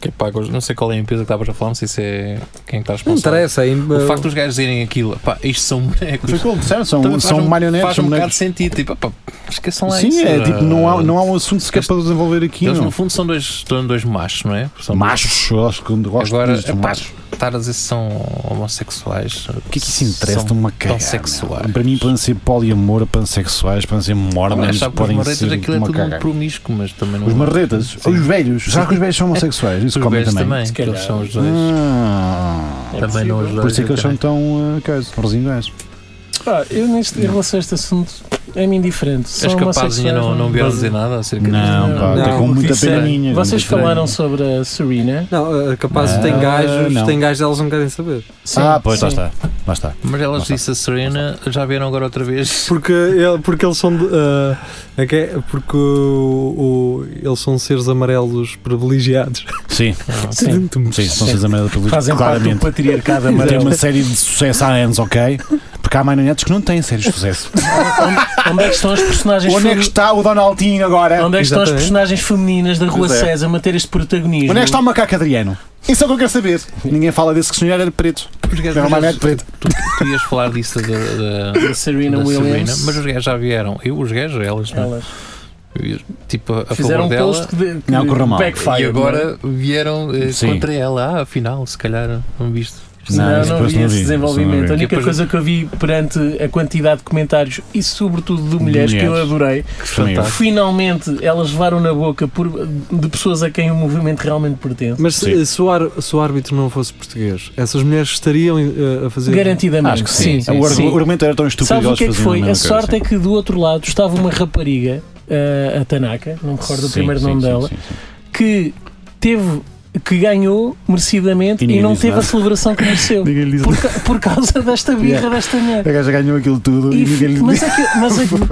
Speaker 5: quem paga os- Não sei qual é a empresa que estavas a falar, não sei se é quem está
Speaker 2: não
Speaker 5: responsável.
Speaker 2: interessa. é em-
Speaker 5: O facto dos gajos dizerem aquilo, pá, isto são bonecos.
Speaker 3: Foi como disseram,
Speaker 5: Também
Speaker 3: são,
Speaker 5: faz
Speaker 3: são
Speaker 5: um-
Speaker 3: marionetes,
Speaker 5: Faz um
Speaker 3: são
Speaker 5: bocado
Speaker 3: bonecos.
Speaker 5: de sentido. Tipo, pá, esqueçam lá
Speaker 3: Sim,
Speaker 5: isso.
Speaker 3: é tipo, não há, não há
Speaker 5: Eles,
Speaker 3: um assunto sequer para desenvolver aqui. não. é?
Speaker 5: no fundo, são dois, são dois machos, não é? São dois-
Speaker 3: Machos, eu acho que eu gosto
Speaker 5: Agora,
Speaker 3: disto,
Speaker 5: epá,
Speaker 3: machos.
Speaker 5: Estar a dizer que são homossexuais.
Speaker 3: O que é que isso interessa de uma cagada?
Speaker 5: sexuais.
Speaker 3: meu? Para mim, podem ser poliamor, pansexuais, podem ser mormons,
Speaker 5: Sabe que os
Speaker 3: podem
Speaker 5: marretas
Speaker 3: ser
Speaker 5: aquilo é
Speaker 3: uma
Speaker 5: tudo um
Speaker 3: cagada.
Speaker 5: promíscuo, mas também não. é.
Speaker 3: Os marretas?
Speaker 5: Sim.
Speaker 3: Os velhos? Será que os velhos são homossexuais? Isso
Speaker 5: Os
Speaker 3: comem
Speaker 5: velhos
Speaker 3: também.
Speaker 5: também.
Speaker 4: Se calhar.
Speaker 5: Eles são os dois.
Speaker 3: Ah,
Speaker 5: também não os dois.
Speaker 3: por isso é que eles são
Speaker 5: também.
Speaker 3: tão uh, coisa, resingões.
Speaker 4: Pá, eu, neste, em relação a este assunto, é-me indiferente. São
Speaker 5: És capaz de
Speaker 4: homossexuais, é?
Speaker 5: não, não vieram dizer nada acerca
Speaker 3: Não,
Speaker 5: disto?
Speaker 3: pá,
Speaker 2: Não.
Speaker 3: tem com muita
Speaker 5: Isso é-
Speaker 3: pena minha.
Speaker 4: Vocês
Speaker 3: muita pena
Speaker 4: falaram
Speaker 3: minha.
Speaker 4: sobre a Serena.
Speaker 2: Não, eh, capaz
Speaker 3: Não,
Speaker 2: tem gajos,
Speaker 3: Ah, não.
Speaker 2: tem gajos elas não querem saber.
Speaker 4: Sim,
Speaker 3: ah, pois, lá
Speaker 4: sim.
Speaker 3: está. Lá está.
Speaker 5: Mas
Speaker 3: Não
Speaker 5: elas
Speaker 3: está.
Speaker 5: disse a Serena, já vieram agora outra vez.
Speaker 2: Porque, ele- porque eles são de, eh, é que é- porque o- o- eles são seres amarelos privilegiados.
Speaker 3: Sim,
Speaker 5: Ah,
Speaker 4: Sim.
Speaker 3: sim, são seis a meia da
Speaker 4: Fazem
Speaker 3: televisão.
Speaker 4: parte do
Speaker 3: Claramente.
Speaker 4: patriarcado
Speaker 3: Tem
Speaker 4: amarelo.
Speaker 3: uma série de sucesso há anos, ok? Porque há marionetes que não têm séries de sucesso.
Speaker 4: Onde é que estão as personagens
Speaker 3: Onde é que
Speaker 4: femininas?
Speaker 3: está o Donaldinho agora?
Speaker 4: Onde é que estão as
Speaker 2: Exatamente.
Speaker 4: personagens femininas da Rua
Speaker 3: Pois é.
Speaker 4: César a ter este protagonismo?
Speaker 3: Onde é que está o macaco Adriano? Isso é o que eu quero saber. Ninguém fala desse que o senhor era preto.
Speaker 5: Os gajos-
Speaker 3: Era uma mulher de preto.
Speaker 5: tu, tu ias falar disso da, da,
Speaker 4: Da Serena
Speaker 5: da
Speaker 4: Williams.
Speaker 5: Serena, mas os gajos já vieram. Eu, os gajos, elas, não.
Speaker 4: Elas
Speaker 5: Eu, tipo, a
Speaker 4: fizeram
Speaker 5: favor
Speaker 4: um
Speaker 5: dela.
Speaker 4: post que, de, que é?
Speaker 3: Não, correu mal.
Speaker 4: backfired,
Speaker 5: e agora vieram eh,
Speaker 3: Sim.
Speaker 5: contra ela. Ah, afinal, se calhar não viste.
Speaker 4: Não, é?
Speaker 3: isso
Speaker 4: não, não
Speaker 3: depois
Speaker 4: vi esse
Speaker 3: isso
Speaker 4: desenvolvimento.
Speaker 3: não
Speaker 4: A
Speaker 3: vi.
Speaker 4: única
Speaker 5: Depois-
Speaker 4: coisa que eu vi perante a quantidade de comentários e, sobretudo, de mulheres, que eu
Speaker 3: mulheres.
Speaker 4: adorei,
Speaker 3: Também
Speaker 5: Tá.
Speaker 3: eu.
Speaker 4: finalmente elas levaram na boca por- de pessoas a quem o movimento realmente pertence.
Speaker 2: Mas se,
Speaker 3: Sim.
Speaker 2: se o ar- se o árbitro não fosse português, essas mulheres estariam eh, a fazer.
Speaker 4: Garantidamente.
Speaker 3: Acho que sim.
Speaker 5: sim,
Speaker 3: o, argu-
Speaker 4: sim.
Speaker 3: o argumento era tão estúpido
Speaker 4: Sabes o
Speaker 3: eles
Speaker 4: que é que
Speaker 3: faziam
Speaker 4: foi?
Speaker 3: mesma
Speaker 4: A
Speaker 3: coisa,
Speaker 4: sorte
Speaker 3: sim.
Speaker 4: é que do outro lado estava uma rapariga, eh, a Tanaka, não me recordo o
Speaker 3: Sim,
Speaker 4: primeiro
Speaker 3: sim,
Speaker 4: nome
Speaker 3: sim,
Speaker 4: dela,
Speaker 3: sim, sim.
Speaker 4: que teve que ganhou merecidamente
Speaker 3: E
Speaker 4: e,
Speaker 3: ninguém
Speaker 4: não
Speaker 3: disse
Speaker 4: teve
Speaker 3: nada.
Speaker 4: a celebração que mereceu.
Speaker 3: Ninguém lhe diz
Speaker 4: por, ca- por causa desta birra,
Speaker 3: Yeah. É
Speaker 4: desta
Speaker 3: A
Speaker 4: merda.
Speaker 3: gaja ganhou aquilo tudo e,
Speaker 4: E
Speaker 3: ninguém
Speaker 4: f-
Speaker 3: lhe
Speaker 4: mas,
Speaker 3: disse.
Speaker 4: aquilo, mas, aquilo,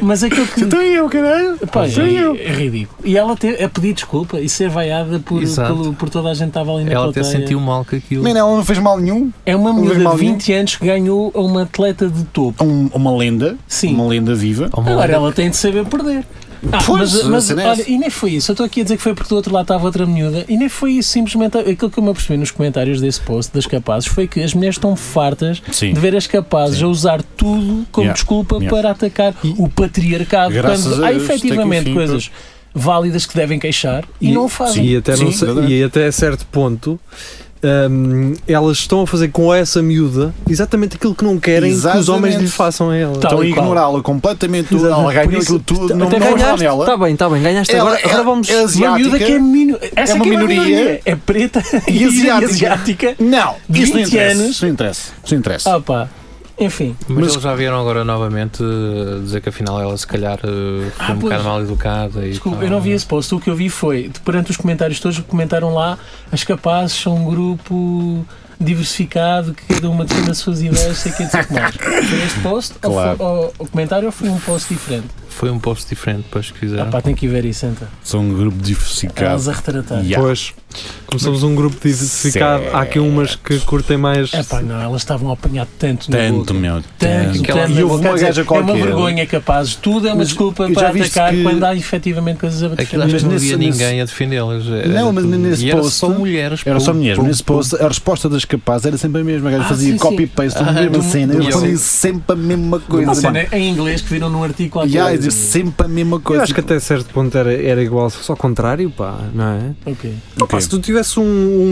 Speaker 4: mas aquilo que.
Speaker 3: Então eu, caralho.
Speaker 4: Pá,
Speaker 3: Sou eu.
Speaker 4: é, é ridículo. E ela te- a pedir desculpa e ser vaiada por,
Speaker 5: Exato.
Speaker 4: pelo- por toda a gente que estava ali na
Speaker 5: Ela até
Speaker 4: É plateia.
Speaker 5: sentiu mal que aquilo.
Speaker 3: Nem ela não fez mal nenhum.
Speaker 4: É uma
Speaker 3: Não
Speaker 4: mulher
Speaker 3: vejo mal
Speaker 4: de 20 anos que ganhou a uma atleta de topo.
Speaker 3: Um- uma lenda.
Speaker 4: Sim.
Speaker 3: Uma lenda viva.
Speaker 5: Ou uma
Speaker 4: Agora
Speaker 5: lenda-
Speaker 4: ela tem de saber perder. Ah,
Speaker 3: Pois,
Speaker 4: mas,
Speaker 3: a
Speaker 4: mas
Speaker 3: cena é essa.
Speaker 4: olha, e nem foi isso. Eu estou aqui a dizer que foi porque do outro lado estava outra miúda. E nem foi isso. Simplesmente aquilo que eu me apercebi nos comentários desse post das capazes foi que as mulheres estão fartas
Speaker 3: Sim.
Speaker 4: de ver as capazes a usar tudo como
Speaker 3: Yeah.
Speaker 4: desculpa
Speaker 3: Yeah.
Speaker 4: para atacar o patriarcado.
Speaker 3: Graças
Speaker 4: Portanto,
Speaker 3: a
Speaker 4: há
Speaker 3: Deus, é tem que
Speaker 4: efetivamente
Speaker 3: sim,
Speaker 4: coisas válidas que devem queixar e,
Speaker 2: E-
Speaker 4: não o fazem.
Speaker 2: E até, não
Speaker 3: Sim,
Speaker 2: sei-
Speaker 3: verdade.
Speaker 2: e até certo ponto hum, elas estão a fazer com essa miúda exatamente aquilo que não querem que os
Speaker 3: Exatamente.
Speaker 2: homens lhe façam a ela.
Speaker 4: Tá.
Speaker 3: Estão
Speaker 4: Tal
Speaker 3: a
Speaker 4: e qual.
Speaker 3: Então ignorá-la completamente. Tudo.
Speaker 2: Exato.
Speaker 3: Ela
Speaker 2: Por
Speaker 3: ganhou
Speaker 2: isso,
Speaker 3: aquilo tudo.
Speaker 2: até
Speaker 3: Não não está
Speaker 2: ganhaste, tá
Speaker 3: nela.
Speaker 2: está bem, está bem, ganhaste
Speaker 3: Ela-
Speaker 2: agora,
Speaker 3: ela-
Speaker 2: agora vamos
Speaker 3: é asiática.
Speaker 4: Uma miúda que é, minu... Essa
Speaker 3: É uma
Speaker 4: que é uma
Speaker 3: minoria.
Speaker 4: minoria. É preta
Speaker 3: E
Speaker 4: e
Speaker 3: asiática.
Speaker 4: asiática.
Speaker 3: Não, isso não
Speaker 4: 20
Speaker 3: interessa.
Speaker 4: anos.
Speaker 3: Isso não interessa. Isso não interessa.
Speaker 4: Ah pá, enfim.
Speaker 5: Mas,
Speaker 3: Mas-
Speaker 5: eles já vieram agora novamente eh, dizer que afinal ela se calhar eh, foi
Speaker 4: Ah,
Speaker 5: um
Speaker 4: pois.
Speaker 5: bocado mal educada. E
Speaker 4: Desculpa,
Speaker 5: tal.
Speaker 4: eu não vi esse post. O que eu vi foi, de- perante os comentários todos, comentaram lá as capazes são um grupo diversificado que cada uma defende as suas ideias, sei que é dizer que mais. Foi este post, ou
Speaker 3: Claro.
Speaker 4: foi- ou- o comentário ou foi um post diferente?
Speaker 5: Foi um post diferente depois que
Speaker 4: Ah
Speaker 5: fizeram.
Speaker 4: pá, tem que ir ver isso então.
Speaker 3: São um grupo
Speaker 4: Elas
Speaker 3: diversificado.
Speaker 4: a retratar.
Speaker 3: Yeah.
Speaker 2: Pois, começamos um grupo diversificado. Há aqui umas que curtem mais.
Speaker 4: É pá, não, elas estavam a apanhar tanto no
Speaker 3: Tanto,
Speaker 4: boca.
Speaker 3: meu.
Speaker 4: Tanto,
Speaker 5: Aquela-
Speaker 4: tanto,
Speaker 3: E houve uma
Speaker 4: quer dizer,
Speaker 3: gaja
Speaker 4: é uma
Speaker 3: qualquer.
Speaker 4: vergonha capaz, tudo é uma
Speaker 3: Mas
Speaker 4: desculpa
Speaker 3: eu já
Speaker 4: para
Speaker 3: viste
Speaker 4: atacar
Speaker 3: que-
Speaker 4: quando há efetivamente coisas a
Speaker 5: Aquilo acho
Speaker 4: defender.
Speaker 5: que
Speaker 3: Mas
Speaker 5: não
Speaker 3: nesse-
Speaker 5: havia
Speaker 3: nesse-
Speaker 5: ninguém a defendê-las. era
Speaker 3: Não, mas
Speaker 5: tudo-
Speaker 3: nesse
Speaker 5: e era
Speaker 3: post-
Speaker 5: só mulheres.
Speaker 3: Era só
Speaker 5: pô-
Speaker 3: mulheres.
Speaker 5: pô-
Speaker 3: Nesse post, a resposta das capazes era sempre a mesma. A gaja
Speaker 4: Ah,
Speaker 3: fazia
Speaker 4: sim,
Speaker 3: copy-paste da
Speaker 5: sim.
Speaker 3: mesma
Speaker 5: Ah,
Speaker 3: cena.
Speaker 5: do-
Speaker 3: Eu
Speaker 5: do-
Speaker 3: fazia
Speaker 5: do-
Speaker 3: sempre a mesma
Speaker 4: Uma
Speaker 3: coisa.
Speaker 4: cena
Speaker 3: mano.
Speaker 4: em inglês que viram num artigo qualquer.
Speaker 3: é Yeah, é sempre a mesma coisa.
Speaker 2: Eu acho que até certo ponto era, era igual, só ao contrário, pá, não é?
Speaker 4: Ok.
Speaker 2: Opa, se tu tivesse um,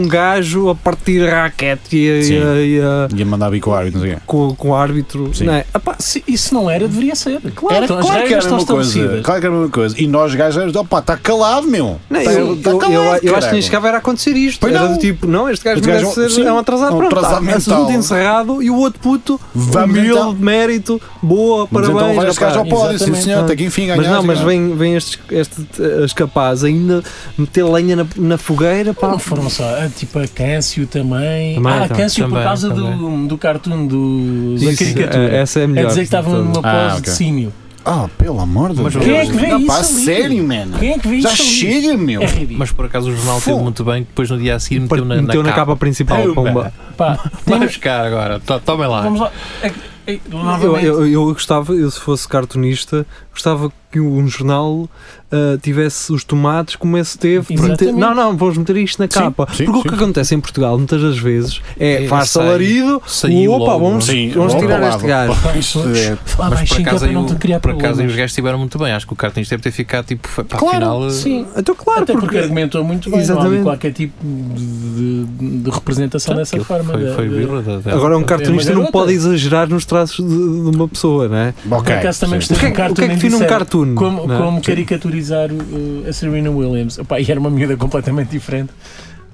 Speaker 2: um gajo a partir a raquete e a,
Speaker 3: Sim.
Speaker 2: e a- e a-
Speaker 3: Ia mandar bicoar e não sei o quê.
Speaker 2: com, com o árbitro,
Speaker 3: Sim.
Speaker 2: não é? Epá,
Speaker 4: Se isso não era, deveria ser. Claro,
Speaker 3: Era,
Speaker 4: então, as
Speaker 3: claro que
Speaker 4: regras
Speaker 3: era a
Speaker 4: estão
Speaker 3: mesma coisa.
Speaker 4: estabelecidas.
Speaker 3: Claro que era a mesma coisa. E nós gajos, opá, está calado, meu.
Speaker 2: não, é,
Speaker 3: Tá-
Speaker 2: eu,
Speaker 3: tá
Speaker 2: eu- eu-
Speaker 3: calado,
Speaker 2: eu acho que
Speaker 3: caralho.
Speaker 2: nem chegava era a acontecer isto.
Speaker 3: Pois
Speaker 2: era
Speaker 3: não.
Speaker 2: do tipo, não, este gajo
Speaker 3: Este
Speaker 2: merece
Speaker 3: gajo é um-
Speaker 2: ser
Speaker 3: sim,
Speaker 2: é um atrasado,
Speaker 3: é um
Speaker 2: pronto,
Speaker 3: atrasado
Speaker 2: tá,
Speaker 3: mental.
Speaker 2: assunto encerrado e o outro puto,
Speaker 3: Vamos
Speaker 2: mil
Speaker 3: então.
Speaker 2: de mérito, boa,
Speaker 3: Mas
Speaker 2: parabéns.
Speaker 3: então vai este
Speaker 2: rapaz.
Speaker 3: gajo ao pódio, sim
Speaker 4: Exatamente.
Speaker 3: senhor, até que enfim ganhaste.
Speaker 2: Mas não, mas
Speaker 3: cara.
Speaker 2: vem, vem estes, este, as capazes ainda meter lenha na, na fogueira, pá.
Speaker 4: Não foram só, ah, tipo a Câncio também.
Speaker 2: Também,
Speaker 4: ah, a
Speaker 2: então,
Speaker 4: Câncio por
Speaker 5: também,
Speaker 4: causa Do,
Speaker 5: também.
Speaker 4: do cartoon do, da
Speaker 2: Isso,
Speaker 4: caricatura.
Speaker 2: é- essa é a melhor.
Speaker 4: a dizer que estavam
Speaker 2: de
Speaker 4: numa
Speaker 2: todas.
Speaker 4: pose
Speaker 3: Ah,
Speaker 4: de
Speaker 3: ok.
Speaker 4: símio.
Speaker 3: Ah, pelo amor de
Speaker 5: Mas
Speaker 3: Deus.
Speaker 5: quem é que
Speaker 4: vê
Speaker 3: Ah,
Speaker 4: isso
Speaker 3: pá,
Speaker 4: ali?
Speaker 3: sério, mano.
Speaker 4: Quem é que vê
Speaker 3: Já
Speaker 4: isto ali?
Speaker 3: chega, meu.
Speaker 4: É ridículo.
Speaker 5: Mas por acaso o jornal teve
Speaker 3: Fogo.
Speaker 5: muito bem que depois no dia a seguir
Speaker 2: Meteu
Speaker 5: meteu na,
Speaker 2: na, capa, principal,
Speaker 5: Eu,
Speaker 2: pomba.
Speaker 4: Pá, tem-
Speaker 5: Vai buscar agora, to- tomem lá.
Speaker 4: vamos lá. É, é,
Speaker 2: Eu,
Speaker 4: novamente,
Speaker 2: eu, eu gostava, eu se fosse cartunista, gostava que um jornal ah, tivesse os tomates como esse teve. para
Speaker 4: Exatamente.
Speaker 2: meter- não, não, vamos meter isto na capa.
Speaker 3: sim,
Speaker 2: Porque o que
Speaker 3: sim.
Speaker 2: acontece em Portugal muitas das vezes é
Speaker 5: É,
Speaker 2: faz
Speaker 5: sai-
Speaker 2: salarido,
Speaker 5: saiu
Speaker 2: opa,
Speaker 5: logo,
Speaker 2: vamos,
Speaker 3: Sim,
Speaker 2: vamos
Speaker 3: logo
Speaker 2: tirar
Speaker 3: lá,
Speaker 2: este
Speaker 3: vou-
Speaker 2: gajo.
Speaker 3: É,
Speaker 4: falar
Speaker 5: Mas por
Speaker 4: baixinho que é
Speaker 5: acaso,
Speaker 4: para
Speaker 5: aí,
Speaker 4: não te criar
Speaker 5: o- por acaso aí um os
Speaker 4: problemas.
Speaker 5: gajos estiveram muito bem. Acho que o cartunista deve ter ficado tipo, foi, pá,
Speaker 4: Claro,
Speaker 5: afinal. eh,
Speaker 4: sim.
Speaker 2: Então, claro,
Speaker 4: Até porque,
Speaker 2: porque.
Speaker 4: argumentou muito bem, não há
Speaker 2: Exatamente.
Speaker 4: ali qualquer tipo de, de- de representação dessa
Speaker 5: aquilo
Speaker 4: forma.
Speaker 5: Foi,
Speaker 4: da-
Speaker 5: foi
Speaker 4: da-
Speaker 5: birra da- da-
Speaker 2: Agora, um cartunista não
Speaker 4: garota.
Speaker 2: pode exagerar nos traços de, de uma pessoa, não é?
Speaker 4: Por acaso também
Speaker 3: sim.
Speaker 2: O que
Speaker 4: gostei
Speaker 2: é,
Speaker 4: do
Speaker 2: que- o
Speaker 4: cartoon.
Speaker 2: que é que
Speaker 4: em
Speaker 2: fina um
Speaker 4: disseram.
Speaker 3: Hum,
Speaker 2: cartoon?
Speaker 4: Como,
Speaker 2: não é?
Speaker 4: como caricaturizar uh, a Serena Williams? Opa, e era uma miúda completamente diferente,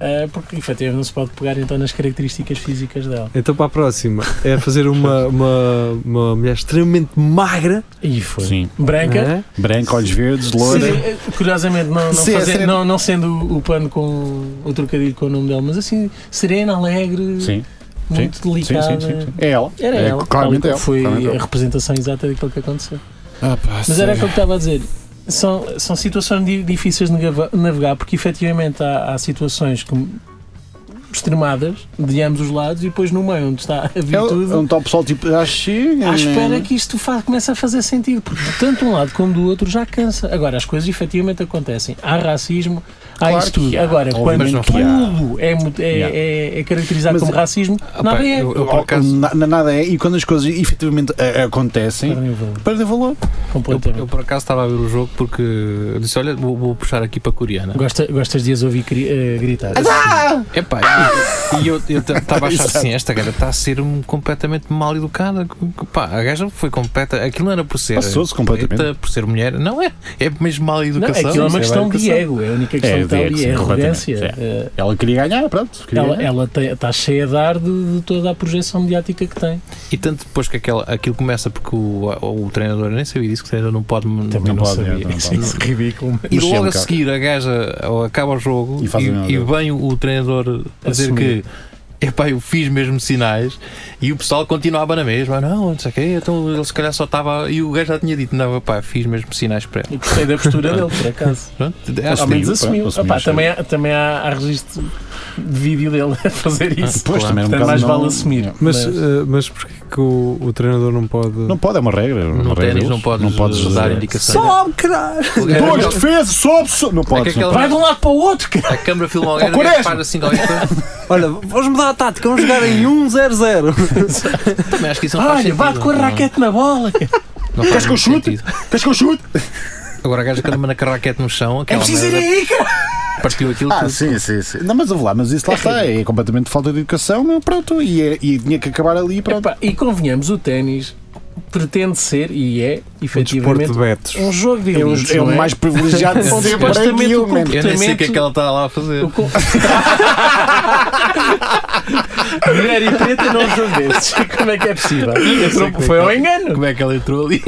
Speaker 4: uh, porque efetivamente não se pode pegar então nas características físicas dela.
Speaker 2: Então, para a próxima, é fazer uma, uma, uma mulher extremamente magra,
Speaker 4: E foi.
Speaker 3: Sim.
Speaker 2: não
Speaker 4: Branca.
Speaker 2: é?
Speaker 3: Branco, olhos verdes,
Speaker 4: Se-
Speaker 3: loira.
Speaker 4: curiosamente, não, não,
Speaker 3: Se é
Speaker 4: fazer-
Speaker 3: Serena-
Speaker 4: não, não sendo o pano com o trocadilho com o nome dela, mas assim, serena, alegre,
Speaker 3: Sim, sim.
Speaker 4: muito delicada.
Speaker 3: É ela.
Speaker 4: Era
Speaker 3: É,
Speaker 4: ela.
Speaker 3: Claramente
Speaker 4: tal e
Speaker 3: ela.
Speaker 4: qual. Foi
Speaker 3: claramente
Speaker 4: a
Speaker 3: ela.
Speaker 4: representação exata daquilo que aconteceu.
Speaker 3: Ah, pá,
Speaker 4: Mas era
Speaker 3: sério.
Speaker 4: aquilo que estava a dizer. São, são situações di- difíceis de navega- navegar porque efetivamente há, há situações que, extremadas de ambos os lados e depois no meio onde está a
Speaker 3: É um-
Speaker 4: virtude
Speaker 3: é um tal pessoal tipo, ah, chega.
Speaker 4: à espera
Speaker 3: né?
Speaker 4: que isto fa- comece a fazer sentido porque tanto um lado como do outro já cansa. Agora as coisas efetivamente acontecem. Há racismo, há
Speaker 3: Claro
Speaker 4: isso
Speaker 3: que
Speaker 4: tudo.
Speaker 3: há,
Speaker 4: Agora,
Speaker 3: obviamente
Speaker 4: quando
Speaker 5: que
Speaker 3: há.
Speaker 4: tudo é, mu- é-
Speaker 3: Yeah.
Speaker 4: é- é caracterizado
Speaker 3: Mas-
Speaker 4: como racismo,
Speaker 5: Ah,
Speaker 4: nada
Speaker 5: pá,
Speaker 4: é.
Speaker 5: eu- eu por acaso-
Speaker 3: Na- na- Nada é. E quando as coisas efetivamente a- acontecem,
Speaker 4: Perdem o valor,
Speaker 3: perdem valor.
Speaker 5: Eu,
Speaker 4: completamente.
Speaker 5: eu por acaso estava a ver o jogo porque eu disse: Olha, vou, vou puxar aqui para a coreana.
Speaker 4: Gosta- gostas de as ouvir cri- eh, gritar?
Speaker 5: Epá, E eu estava a achar assim: esta gaja está a ser um, completamente mal educada. que- que Pá, a gaja foi completa. Aquilo não era por ser
Speaker 3: Passou-se completamente.
Speaker 5: preta, por ser mulher. Não é. É mesmo mal
Speaker 4: Não,
Speaker 5: educação.
Speaker 4: aquilo é uma
Speaker 5: isso
Speaker 4: questão de
Speaker 5: má educação.
Speaker 4: ego, é a única questão
Speaker 3: É,
Speaker 4: que está
Speaker 3: de
Speaker 4: ali,
Speaker 3: ego,
Speaker 4: é
Speaker 3: sim, completamente,
Speaker 4: arrogância. Eh,
Speaker 3: Ela queria ganhar, pronto. Queria
Speaker 4: Ela,
Speaker 3: ganhar.
Speaker 4: ela tem- está cheia de ar de, de toda a projeção mediática que tem.
Speaker 5: E tanto depois que aquela, aquilo começa, porque o, o, o treinador, eu nem sabia disso, que o treinador é não pode.
Speaker 4: Também não
Speaker 3: pode,
Speaker 4: sabia.
Speaker 3: não pode.
Speaker 4: Isso é ridículo.
Speaker 5: E
Speaker 3: Mas sim, é um
Speaker 5: logo a
Speaker 3: bocado.
Speaker 5: seguir a gaja ou acaba o jogo
Speaker 3: E faz a mesma
Speaker 5: e, e
Speaker 3: coisa.
Speaker 5: vem o treinador a dizer
Speaker 4: Assumir.
Speaker 5: que epá, eu fiz mesmo sinais e o pessoal continuava na mesma. Não, não sei o quê, então ele se calhar só estava. E o gajo já tinha dito, não, epá, fiz mesmo sinais para ele.
Speaker 4: Eu gostei da postura dele, por acaso.
Speaker 5: Pronto, é assim.
Speaker 4: Ao
Speaker 5: acho que-
Speaker 4: menos
Speaker 3: pá,
Speaker 4: assumiu.
Speaker 3: assumiu,
Speaker 4: Opá,
Speaker 3: sim.
Speaker 4: também, é há, também há, há registro de vídeo dele a fazer isso.
Speaker 3: Depois
Speaker 5: Claro.
Speaker 3: também era um
Speaker 4: Portanto,
Speaker 3: bocado
Speaker 4: mais
Speaker 3: não-
Speaker 4: vale assumir.
Speaker 2: Mas, eh, mas porquê que o, o treinador não pode.
Speaker 3: Não pode, é uma regra. é uma
Speaker 5: no
Speaker 3: regra
Speaker 5: ténis
Speaker 3: deles.
Speaker 5: não podes, É dar indicações.
Speaker 3: caralho!
Speaker 5: O gajo-
Speaker 3: Depois, defesa, sobe, sobe! Não podes,
Speaker 5: aquela-
Speaker 3: não
Speaker 4: Vai de um lado para o outro, cara.
Speaker 5: é, A câmara filma alguém,
Speaker 3: Ó,
Speaker 5: o gajo
Speaker 3: Quaresma!
Speaker 5: faz assim qualquer coisa.
Speaker 2: Olha, vamos mudar a tática, vamos jogar em 1-0-0.
Speaker 5: Também acho que isso não faz
Speaker 4: Olha,
Speaker 5: sentido.
Speaker 4: bate com a
Speaker 5: não-
Speaker 4: raquete na bola. cara.
Speaker 5: não
Speaker 3: Queres
Speaker 5: faz
Speaker 3: que eu
Speaker 5: muito
Speaker 3: chute?
Speaker 5: sentido.
Speaker 3: podes. Queres que eu chute?
Speaker 5: Agora a gaja que anda com a raquete no chão,
Speaker 4: É
Speaker 5: aquela
Speaker 4: preciso ir
Speaker 5: merda,
Speaker 4: aí, cara.
Speaker 5: partiu aquilo
Speaker 3: Ah,
Speaker 5: tudo.
Speaker 3: sim, sim, sim. Não, mas eu vou lá, mas isso lá está, é completamente falta de educação, meu, pronto. E, é- e tinha que acabar ali, pronto.
Speaker 4: Epá, e convenhamos, o ténis pretende ser e é,
Speaker 2: Um desporto
Speaker 4: efetivamente,
Speaker 2: de betos.
Speaker 4: um jogo de
Speaker 3: É o
Speaker 4: elites,
Speaker 3: é
Speaker 4: não
Speaker 3: o
Speaker 4: é?
Speaker 3: mais privilegiado de
Speaker 4: Onde
Speaker 3: sempre. é
Speaker 4: supostamente
Speaker 3: aquilo,
Speaker 4: o
Speaker 3: man.
Speaker 4: comp-
Speaker 5: Eu nem sei o que é
Speaker 4: Portamento-
Speaker 5: que ela está lá a fazer.
Speaker 4: O co- Mulher e preta não jogo desses. Como é que é possível? Foi ao engano.
Speaker 5: Como é que ela entrou ali?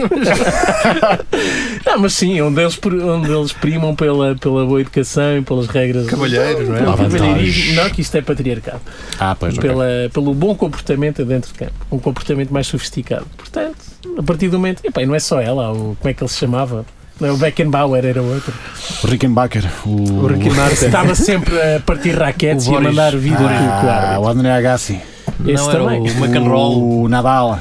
Speaker 4: Não, mas sim, onde eles, pr- onde eles primam pela, pela boa educação e pelas regras.
Speaker 5: Cavalheiros, não é?
Speaker 4: Pelo
Speaker 3: Lá vai.
Speaker 4: cavalheirismo. Não, que isto é patriarcado.
Speaker 3: Ah, pois, ok.
Speaker 4: Pela, pelo bom comportamento dentro de campo. Um comportamento mais sofisticado. Portanto, a partir do momento. Epá, e não é só ela, há o, como é que ele se chamava? Não, é o Beckenbauer era outro.
Speaker 3: O Rickenbacker. O,
Speaker 2: O Ricky Martin.
Speaker 4: Estava sempre a partir raquetes
Speaker 5: O
Speaker 4: e a
Speaker 5: Boris.
Speaker 4: mandar vida com o
Speaker 3: Ah,
Speaker 4: árbitro.
Speaker 3: o André Agassi.
Speaker 4: Esse
Speaker 5: não era
Speaker 4: também.
Speaker 5: o McEnroe.
Speaker 3: O Nadal.
Speaker 4: Ah,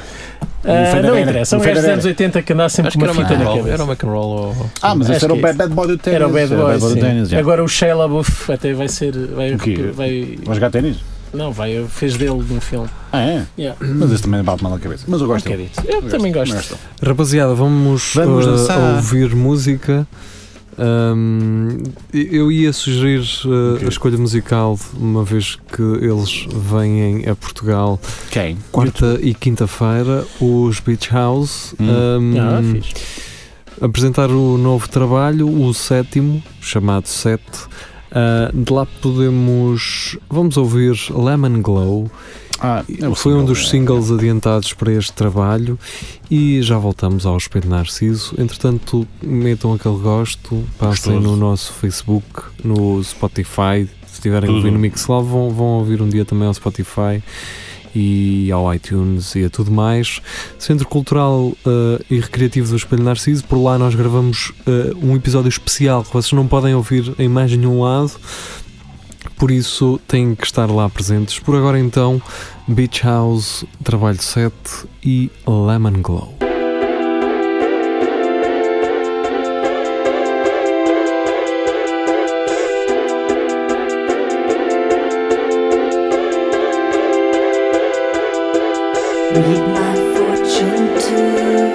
Speaker 3: Federer.
Speaker 4: não interessa, um
Speaker 3: O
Speaker 4: gajo dos
Speaker 3: Federer.
Speaker 4: anos 80 que andava sempre
Speaker 5: Acho
Speaker 4: com
Speaker 5: que era
Speaker 4: uma
Speaker 5: o
Speaker 4: fita na
Speaker 5: McEnroe.
Speaker 4: cabeça.
Speaker 5: Era o McEnroe. ou-
Speaker 3: Ah, mas
Speaker 4: Acho
Speaker 3: esse era o
Speaker 4: que é
Speaker 3: bad, bad Boy do Ténis.
Speaker 4: Era o Bad Boy,
Speaker 3: do
Speaker 4: sim.
Speaker 3: Ténis, já.
Speaker 4: Agora o Shia LaBeouf até vai ser. Vai,
Speaker 3: O quê?
Speaker 4: vai-
Speaker 3: Vai jogar ténis?
Speaker 4: não, vai, fez dele no filme.
Speaker 3: Ah, é?
Speaker 4: Yeah.
Speaker 3: Mas esse também bate mal na cabeça. Mas eu gosto dele.
Speaker 4: Acredito. Eu também gosto.
Speaker 2: Rapaziada, vamos,
Speaker 3: Vamos
Speaker 2: uh,
Speaker 3: dançar.
Speaker 2: ouvir música. Um, eu ia sugerir uh,
Speaker 3: Ok.
Speaker 2: a escolha musical, uma vez que eles vêm a Portugal
Speaker 3: Quem?
Speaker 2: quarta e quinta-feira, os Beach House
Speaker 3: Hum.
Speaker 2: um,
Speaker 4: Ah, fixe.
Speaker 2: apresentar o novo trabalho, o sétimo, chamado Sete. Uh, de lá podemos. Vamos ouvir Lemon Glow.
Speaker 3: Ah, é o
Speaker 2: Foi um
Speaker 3: single,
Speaker 2: dos
Speaker 3: é.
Speaker 2: singles adiantados para este trabalho e já voltamos ao Espelho Narciso. Entretanto, metam aquele gosto, passem
Speaker 3: Gostoso.
Speaker 2: no nosso Facebook, no Spotify. Se tiverem a
Speaker 3: Tudo.
Speaker 2: ouvir no Mixlove, vão, vão ouvir um dia também ao Spotify e ao iTunes e a tudo mais. Centro Cultural eh, e Recreativo do Espelho Narciso, por lá nós gravamos eh, um episódio especial que vocês não podem ouvir em mais nenhum lado. Por isso têm que estar lá presentes. Por agora então, Beach House, Trabalho 7 e Lemon Glow.
Speaker 6: Read my fortune too.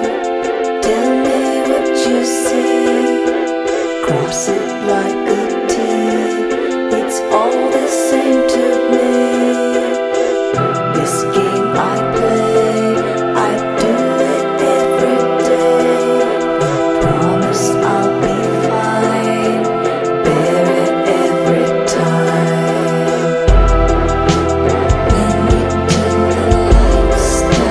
Speaker 6: Tell me what you see. Cross it like a T. It's all the same to me. This game I play, I do it every day. Promise I'll be fine. Bear it every time. Thank you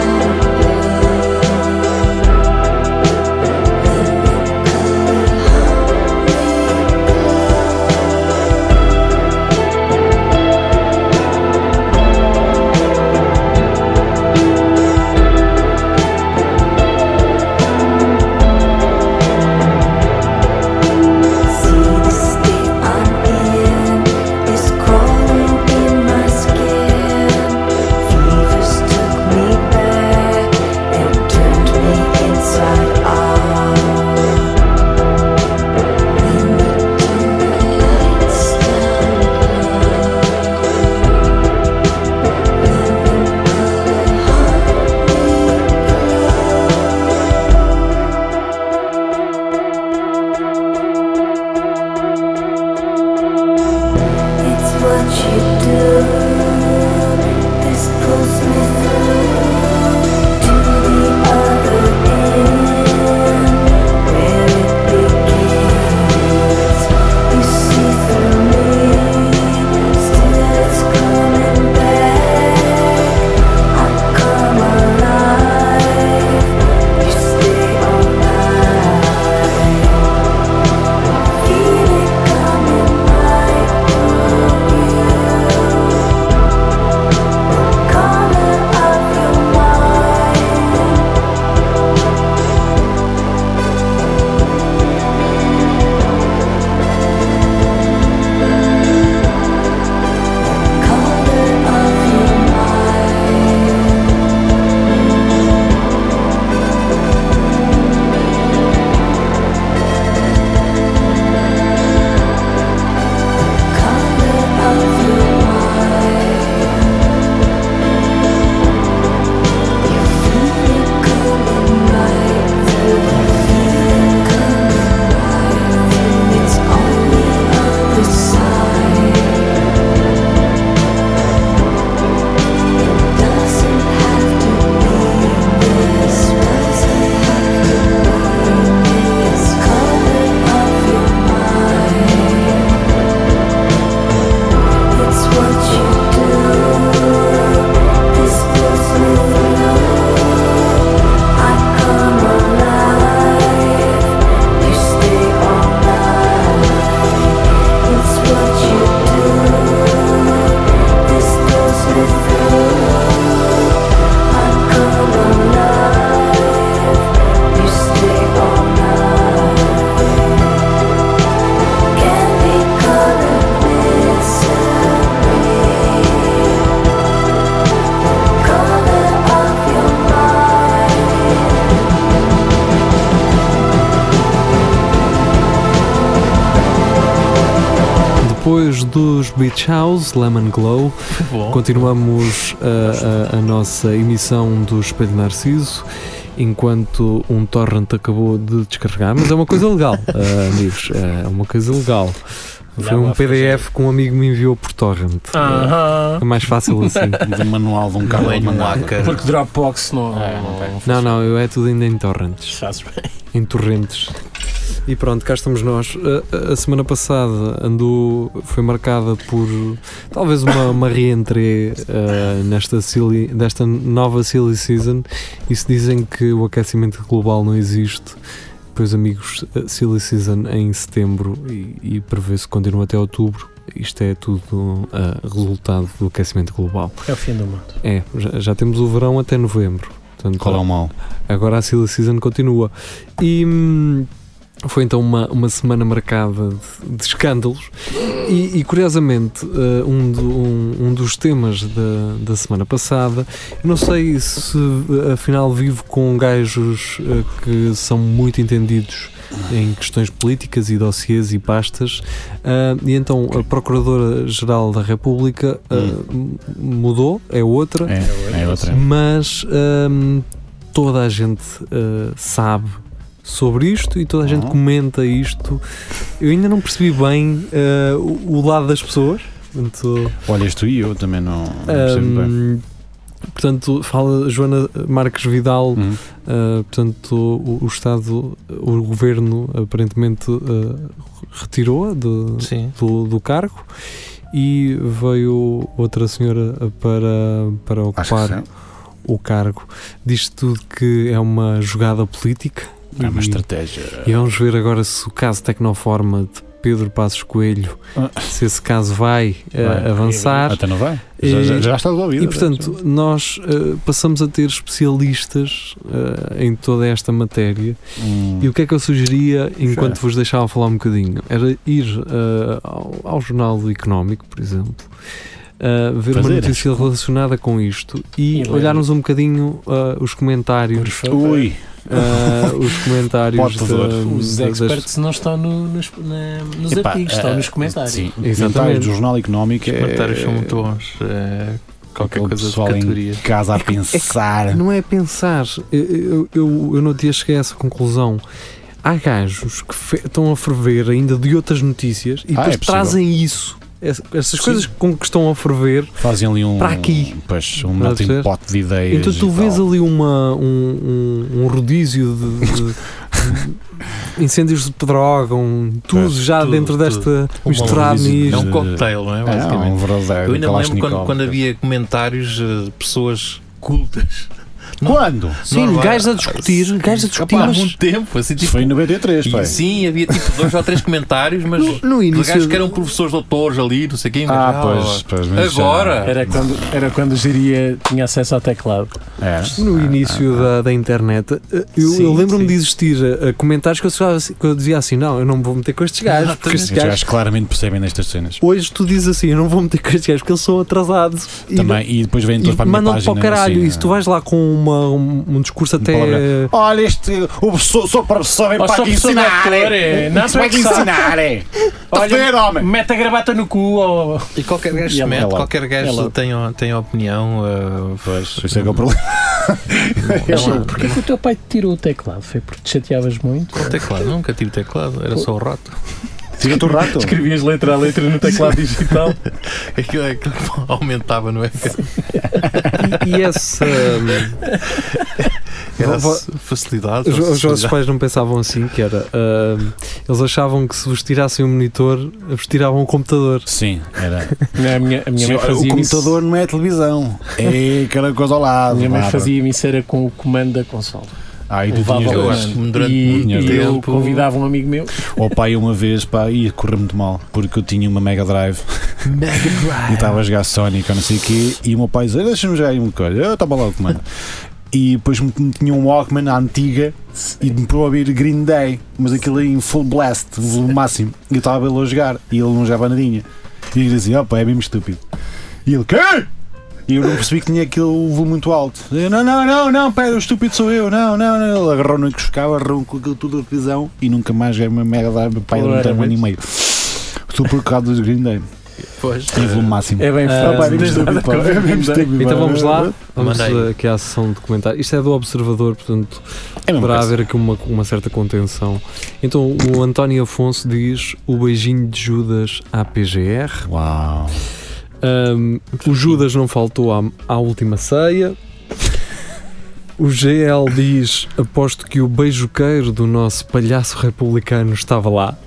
Speaker 2: Depois dos Beach House, Lemon Glow,
Speaker 5: Bom.
Speaker 2: continuamos a, a- a nossa emissão do Espelho Narciso enquanto um torrent acabou de descarregar, mas é uma coisa legal, ah, amigos, é uma coisa legal. Foi
Speaker 4: Lá
Speaker 2: um
Speaker 4: lá foi
Speaker 2: PDF que um amigo me enviou por torrent.
Speaker 4: Ah. Aham.
Speaker 2: É mais fácil assim.
Speaker 3: Do manual de um carro
Speaker 5: Não é um
Speaker 3: mandado.
Speaker 5: hacker.
Speaker 4: Porque Dropbox não.
Speaker 5: Ah, não pega.
Speaker 2: Não, não, eu é tudo ainda em torrents.
Speaker 4: Fazes bem.
Speaker 2: em torrentes. E pronto, cá estamos nós. A, a- a semana passada andou, foi marcada por talvez uma, uma reentrée ah, nesta, silly, nesta nova silly season. E se dizem que o aquecimento global não existe, pois amigos, a silly season é em setembro e, e prevê-se que continua até outubro. Isto é tudo ah, resultado do aquecimento global.
Speaker 4: É o fim do mundo.
Speaker 2: É, já, já temos o verão até novembro. Portanto,
Speaker 3: Qual é o mal?
Speaker 2: agora a Silly Season continua. E hum, foi então uma, uma semana marcada de, de escândalos. E, e, curiosamente, eh, um, do- um- um dos temas da, da semana passada, eu não sei se eh, afinal vivo com gajos eh, que são muito entendidos em questões políticas e dossiês e pastas. Ah, e então a Procuradora-Geral da República ah, m- mudou, é outra.
Speaker 3: É, é outra.
Speaker 2: Mas hum, toda a gente uh, sabe sobre isto e toda a gente
Speaker 3: Uhum.
Speaker 2: comenta isto. Eu ainda não percebi bem uh, o, o lado das pessoas. Portanto,
Speaker 3: Olhas tu e eu também não, não percebo bem.
Speaker 2: hum, portanto, fala Joana Marques Vidal,
Speaker 3: Hum.
Speaker 2: uh, portanto, o, o Estado, o governo aparentemente uh, retirou-a de,
Speaker 5: Sim.
Speaker 2: do, do cargo e veio outra senhora para, para
Speaker 3: Acho que
Speaker 2: ocupar
Speaker 3: sim.
Speaker 2: o cargo. Diz tudo que é uma jogada política.
Speaker 3: É uma
Speaker 2: E-
Speaker 3: estratégia.
Speaker 2: E vamos ver agora se o caso Tecnoforma de Pedro Passos Coelho,
Speaker 3: Ah.
Speaker 2: se esse caso vai, eh,
Speaker 3: Vai.
Speaker 2: avançar.
Speaker 3: Até não vai?
Speaker 2: E-
Speaker 3: Já, já, já está resolvido.
Speaker 2: E portanto, nós eh, passamos a ter especialistas eh, em toda esta matéria.
Speaker 3: Hum.
Speaker 2: E o que é que eu sugeria, enquanto
Speaker 3: Já.
Speaker 2: vos deixava falar um bocadinho? Era ir eh, ao, ao Jornal do Económico, por exemplo, eh, ver
Speaker 3: Fazer,
Speaker 2: uma notícia relacionada com isto
Speaker 4: E
Speaker 2: e,
Speaker 4: ler.
Speaker 2: olharmos um bocadinho eh, os comentários é
Speaker 3: Ui,
Speaker 2: Ah, os comentários
Speaker 3: Pode
Speaker 2: da-
Speaker 3: fazer.
Speaker 4: Os
Speaker 2: da- das-
Speaker 4: experts não estão no- nos, na- nos
Speaker 3: epá,
Speaker 4: artigos,
Speaker 3: eh,
Speaker 4: estão nos comentários.
Speaker 3: Sim,
Speaker 2: Exatamente.
Speaker 3: comentários do Jornal Económico.
Speaker 5: Os
Speaker 3: é-
Speaker 5: comentários são muito bons. É, qualquer
Speaker 3: aquele
Speaker 5: coisa de
Speaker 3: pessoal
Speaker 5: categoria.
Speaker 3: em casa
Speaker 2: É
Speaker 3: a pensar.
Speaker 2: Não é pensar. Eu, eu, eu, eu não tinha cheguei a essa conclusão. Há gajos que fe- estão a ferver ainda de outras notícias e
Speaker 3: Ah,
Speaker 2: depois
Speaker 3: é possível.
Speaker 2: trazem isso. Ess- Essas
Speaker 3: Sim.
Speaker 2: coisas com que estão a ferver,
Speaker 3: Fazem ali um.
Speaker 2: Para aqui.
Speaker 3: Pois, um
Speaker 2: Para
Speaker 3: melting
Speaker 2: perceber?
Speaker 3: pot de ideias.
Speaker 2: então tu
Speaker 3: e
Speaker 2: vês
Speaker 3: tal.
Speaker 2: ali uma, um, um, um rodízio de, de- de incêndios de droga, um, tudo
Speaker 3: Pois,
Speaker 2: já
Speaker 5: tudo,
Speaker 2: dentro desta
Speaker 5: Uma
Speaker 2: misturado
Speaker 3: rodízio de-
Speaker 5: É
Speaker 2: nisto.
Speaker 5: um cocktail, não é?
Speaker 3: É,
Speaker 5: Basicamente.
Speaker 3: um verdadeiro.
Speaker 5: Eu ainda me lembro quando,
Speaker 3: Kalashnikov.
Speaker 5: quando havia comentários eh, de pessoas cultas. Não.
Speaker 3: Quando?
Speaker 2: Sim,
Speaker 5: Normal.
Speaker 2: gajos a discutir, gajos a discutir,
Speaker 5: Epá, há
Speaker 2: mas-
Speaker 5: muito tempo, assim,
Speaker 3: Isso
Speaker 5: tipo,
Speaker 3: foi em 93, pai.
Speaker 5: e, sim, havia tipo dois ou três comentários, mas
Speaker 2: no, no
Speaker 5: de
Speaker 2: início
Speaker 5: gajos que eram professores doutores ali, não sei quem. mas,
Speaker 3: Ah, pois, pois. mas já-
Speaker 5: Agora?
Speaker 4: Era quando, era quando o Jiria tinha acesso ao teclado.
Speaker 3: É.
Speaker 2: No início da, da internet, eh, eu, eu
Speaker 5: Sim,
Speaker 2: lembro-me
Speaker 5: sim.
Speaker 2: de existir a, a comentários que eu, só- que eu dizia assim: não, eu não me vou meter com estes gajos, porque estes
Speaker 3: Os gajos
Speaker 2: gajos.
Speaker 3: assim, claramente percebem nestas cenas.
Speaker 2: Hoje tu dizes assim: eu não vou meter com estes gajos porque eles são atrasados. E-
Speaker 3: Também, e depois vêm
Speaker 2: E,
Speaker 3: todos para a minha
Speaker 2: mandam-te
Speaker 3: página.
Speaker 2: para o caralho.
Speaker 3: assim,
Speaker 2: e se tu vais lá com uma- um, um discurso até.
Speaker 3: palavrão. Olha, este. O professor, sou professor, vem
Speaker 4: Oh,
Speaker 3: para
Speaker 4: sou
Speaker 3: aqui
Speaker 4: professor de
Speaker 3: ensinar.
Speaker 4: ator, é.
Speaker 3: é.
Speaker 4: Não, sou
Speaker 3: para aqui
Speaker 4: é que sabe.
Speaker 3: ensinar. é. Está a ver, homem?
Speaker 4: mete a gravata no cu ou.
Speaker 5: E qualquer gajo
Speaker 4: E
Speaker 5: se
Speaker 4: é
Speaker 5: mete,
Speaker 3: logo.
Speaker 5: qualquer
Speaker 4: É
Speaker 5: gajo
Speaker 4: logo.
Speaker 5: tem, tem opinião. eh,
Speaker 3: Pois, isso é que é o problema.
Speaker 5: não há-
Speaker 4: Porquê que o teu pai te tirou o teclado? Foi porque te chateavas muito?
Speaker 5: Com teclado, nunca tive teclado, era só o rato.
Speaker 3: Tira-te o rato.
Speaker 4: Escrevias letra a letra no teclado digital.
Speaker 5: Aquilo é que aumentava, não é?
Speaker 2: E, e essa.
Speaker 5: Era
Speaker 2: Vou-
Speaker 5: facilidade.
Speaker 2: Os, os vossos
Speaker 5: facilidade.
Speaker 2: pais não pensavam assim, que era. ah, eles achavam que se vos tirassem o monitor, vos tiravam o computador.
Speaker 3: Sim, era.
Speaker 4: Não, a minha, a minha
Speaker 3: Sim,
Speaker 4: mãe
Speaker 3: olha,
Speaker 4: fazia
Speaker 3: o computador não é a televisão. É aquela coisa ao lado.
Speaker 4: Minha mãe
Speaker 3: Bárbara.
Speaker 4: fazia misséria com o comando da console.
Speaker 3: Ah, e tu
Speaker 4: Levava
Speaker 3: tinhas
Speaker 5: Eu
Speaker 4: o
Speaker 3: dois.
Speaker 5: acho que durante
Speaker 4: e,
Speaker 5: muito
Speaker 4: e eu
Speaker 5: tempo-
Speaker 4: convidava um amigo meu.
Speaker 3: O pai uma vez, pá, ia correr muito mal, porque eu tinha uma Mega Drive e estava a jogar Sonic ou não sei o quê, e o meu pai dizia, deixa-me jogar aí uma coisa, eu estava lá o comando. E depois me me tinha um Walkman à antiga e me pôs a ouvir Green Day, mas aquilo aí em full blast, volume máximo, e eu estava a vê-lo a jogar, e ele não jogava nadinha. E ele dizia, opa, é mesmo estúpido. E ele, quê? E eu não percebi que tinha aquele volume muito alto. Eu, não, não, não, não, pera, o estúpido sou eu, não, não, não. Ele agarrou no que chocava, agarrou com aquilo tudo da televisão um e nunca mais ganhei uma mega drive para
Speaker 4: Claramente.
Speaker 3: um ano e meio. Tudo por causa dos Green Day.
Speaker 5: Pois.
Speaker 3: Nível máximo.
Speaker 4: É bem
Speaker 2: Ah,
Speaker 4: fácil.
Speaker 2: diz
Speaker 4: Nada contra
Speaker 3: É bem
Speaker 4: Green Day.
Speaker 3: estúpido,
Speaker 2: Então
Speaker 3: pá.
Speaker 2: vamos lá, vamos
Speaker 5: Manda aí.
Speaker 2: eh, aqui à sessão de comentário. Isto é do Observador, portanto
Speaker 3: É mesmo
Speaker 2: poderá
Speaker 3: parecido.
Speaker 2: haver aqui uma, uma certa contenção. Então o António Afonso diz o beijinho de Judas à PGR.
Speaker 3: Uau.
Speaker 2: Ahm, o Judas não faltou à, à última ceia. O GL diz: aposto que o beijoqueiro do nosso palhaço republicano estava lá.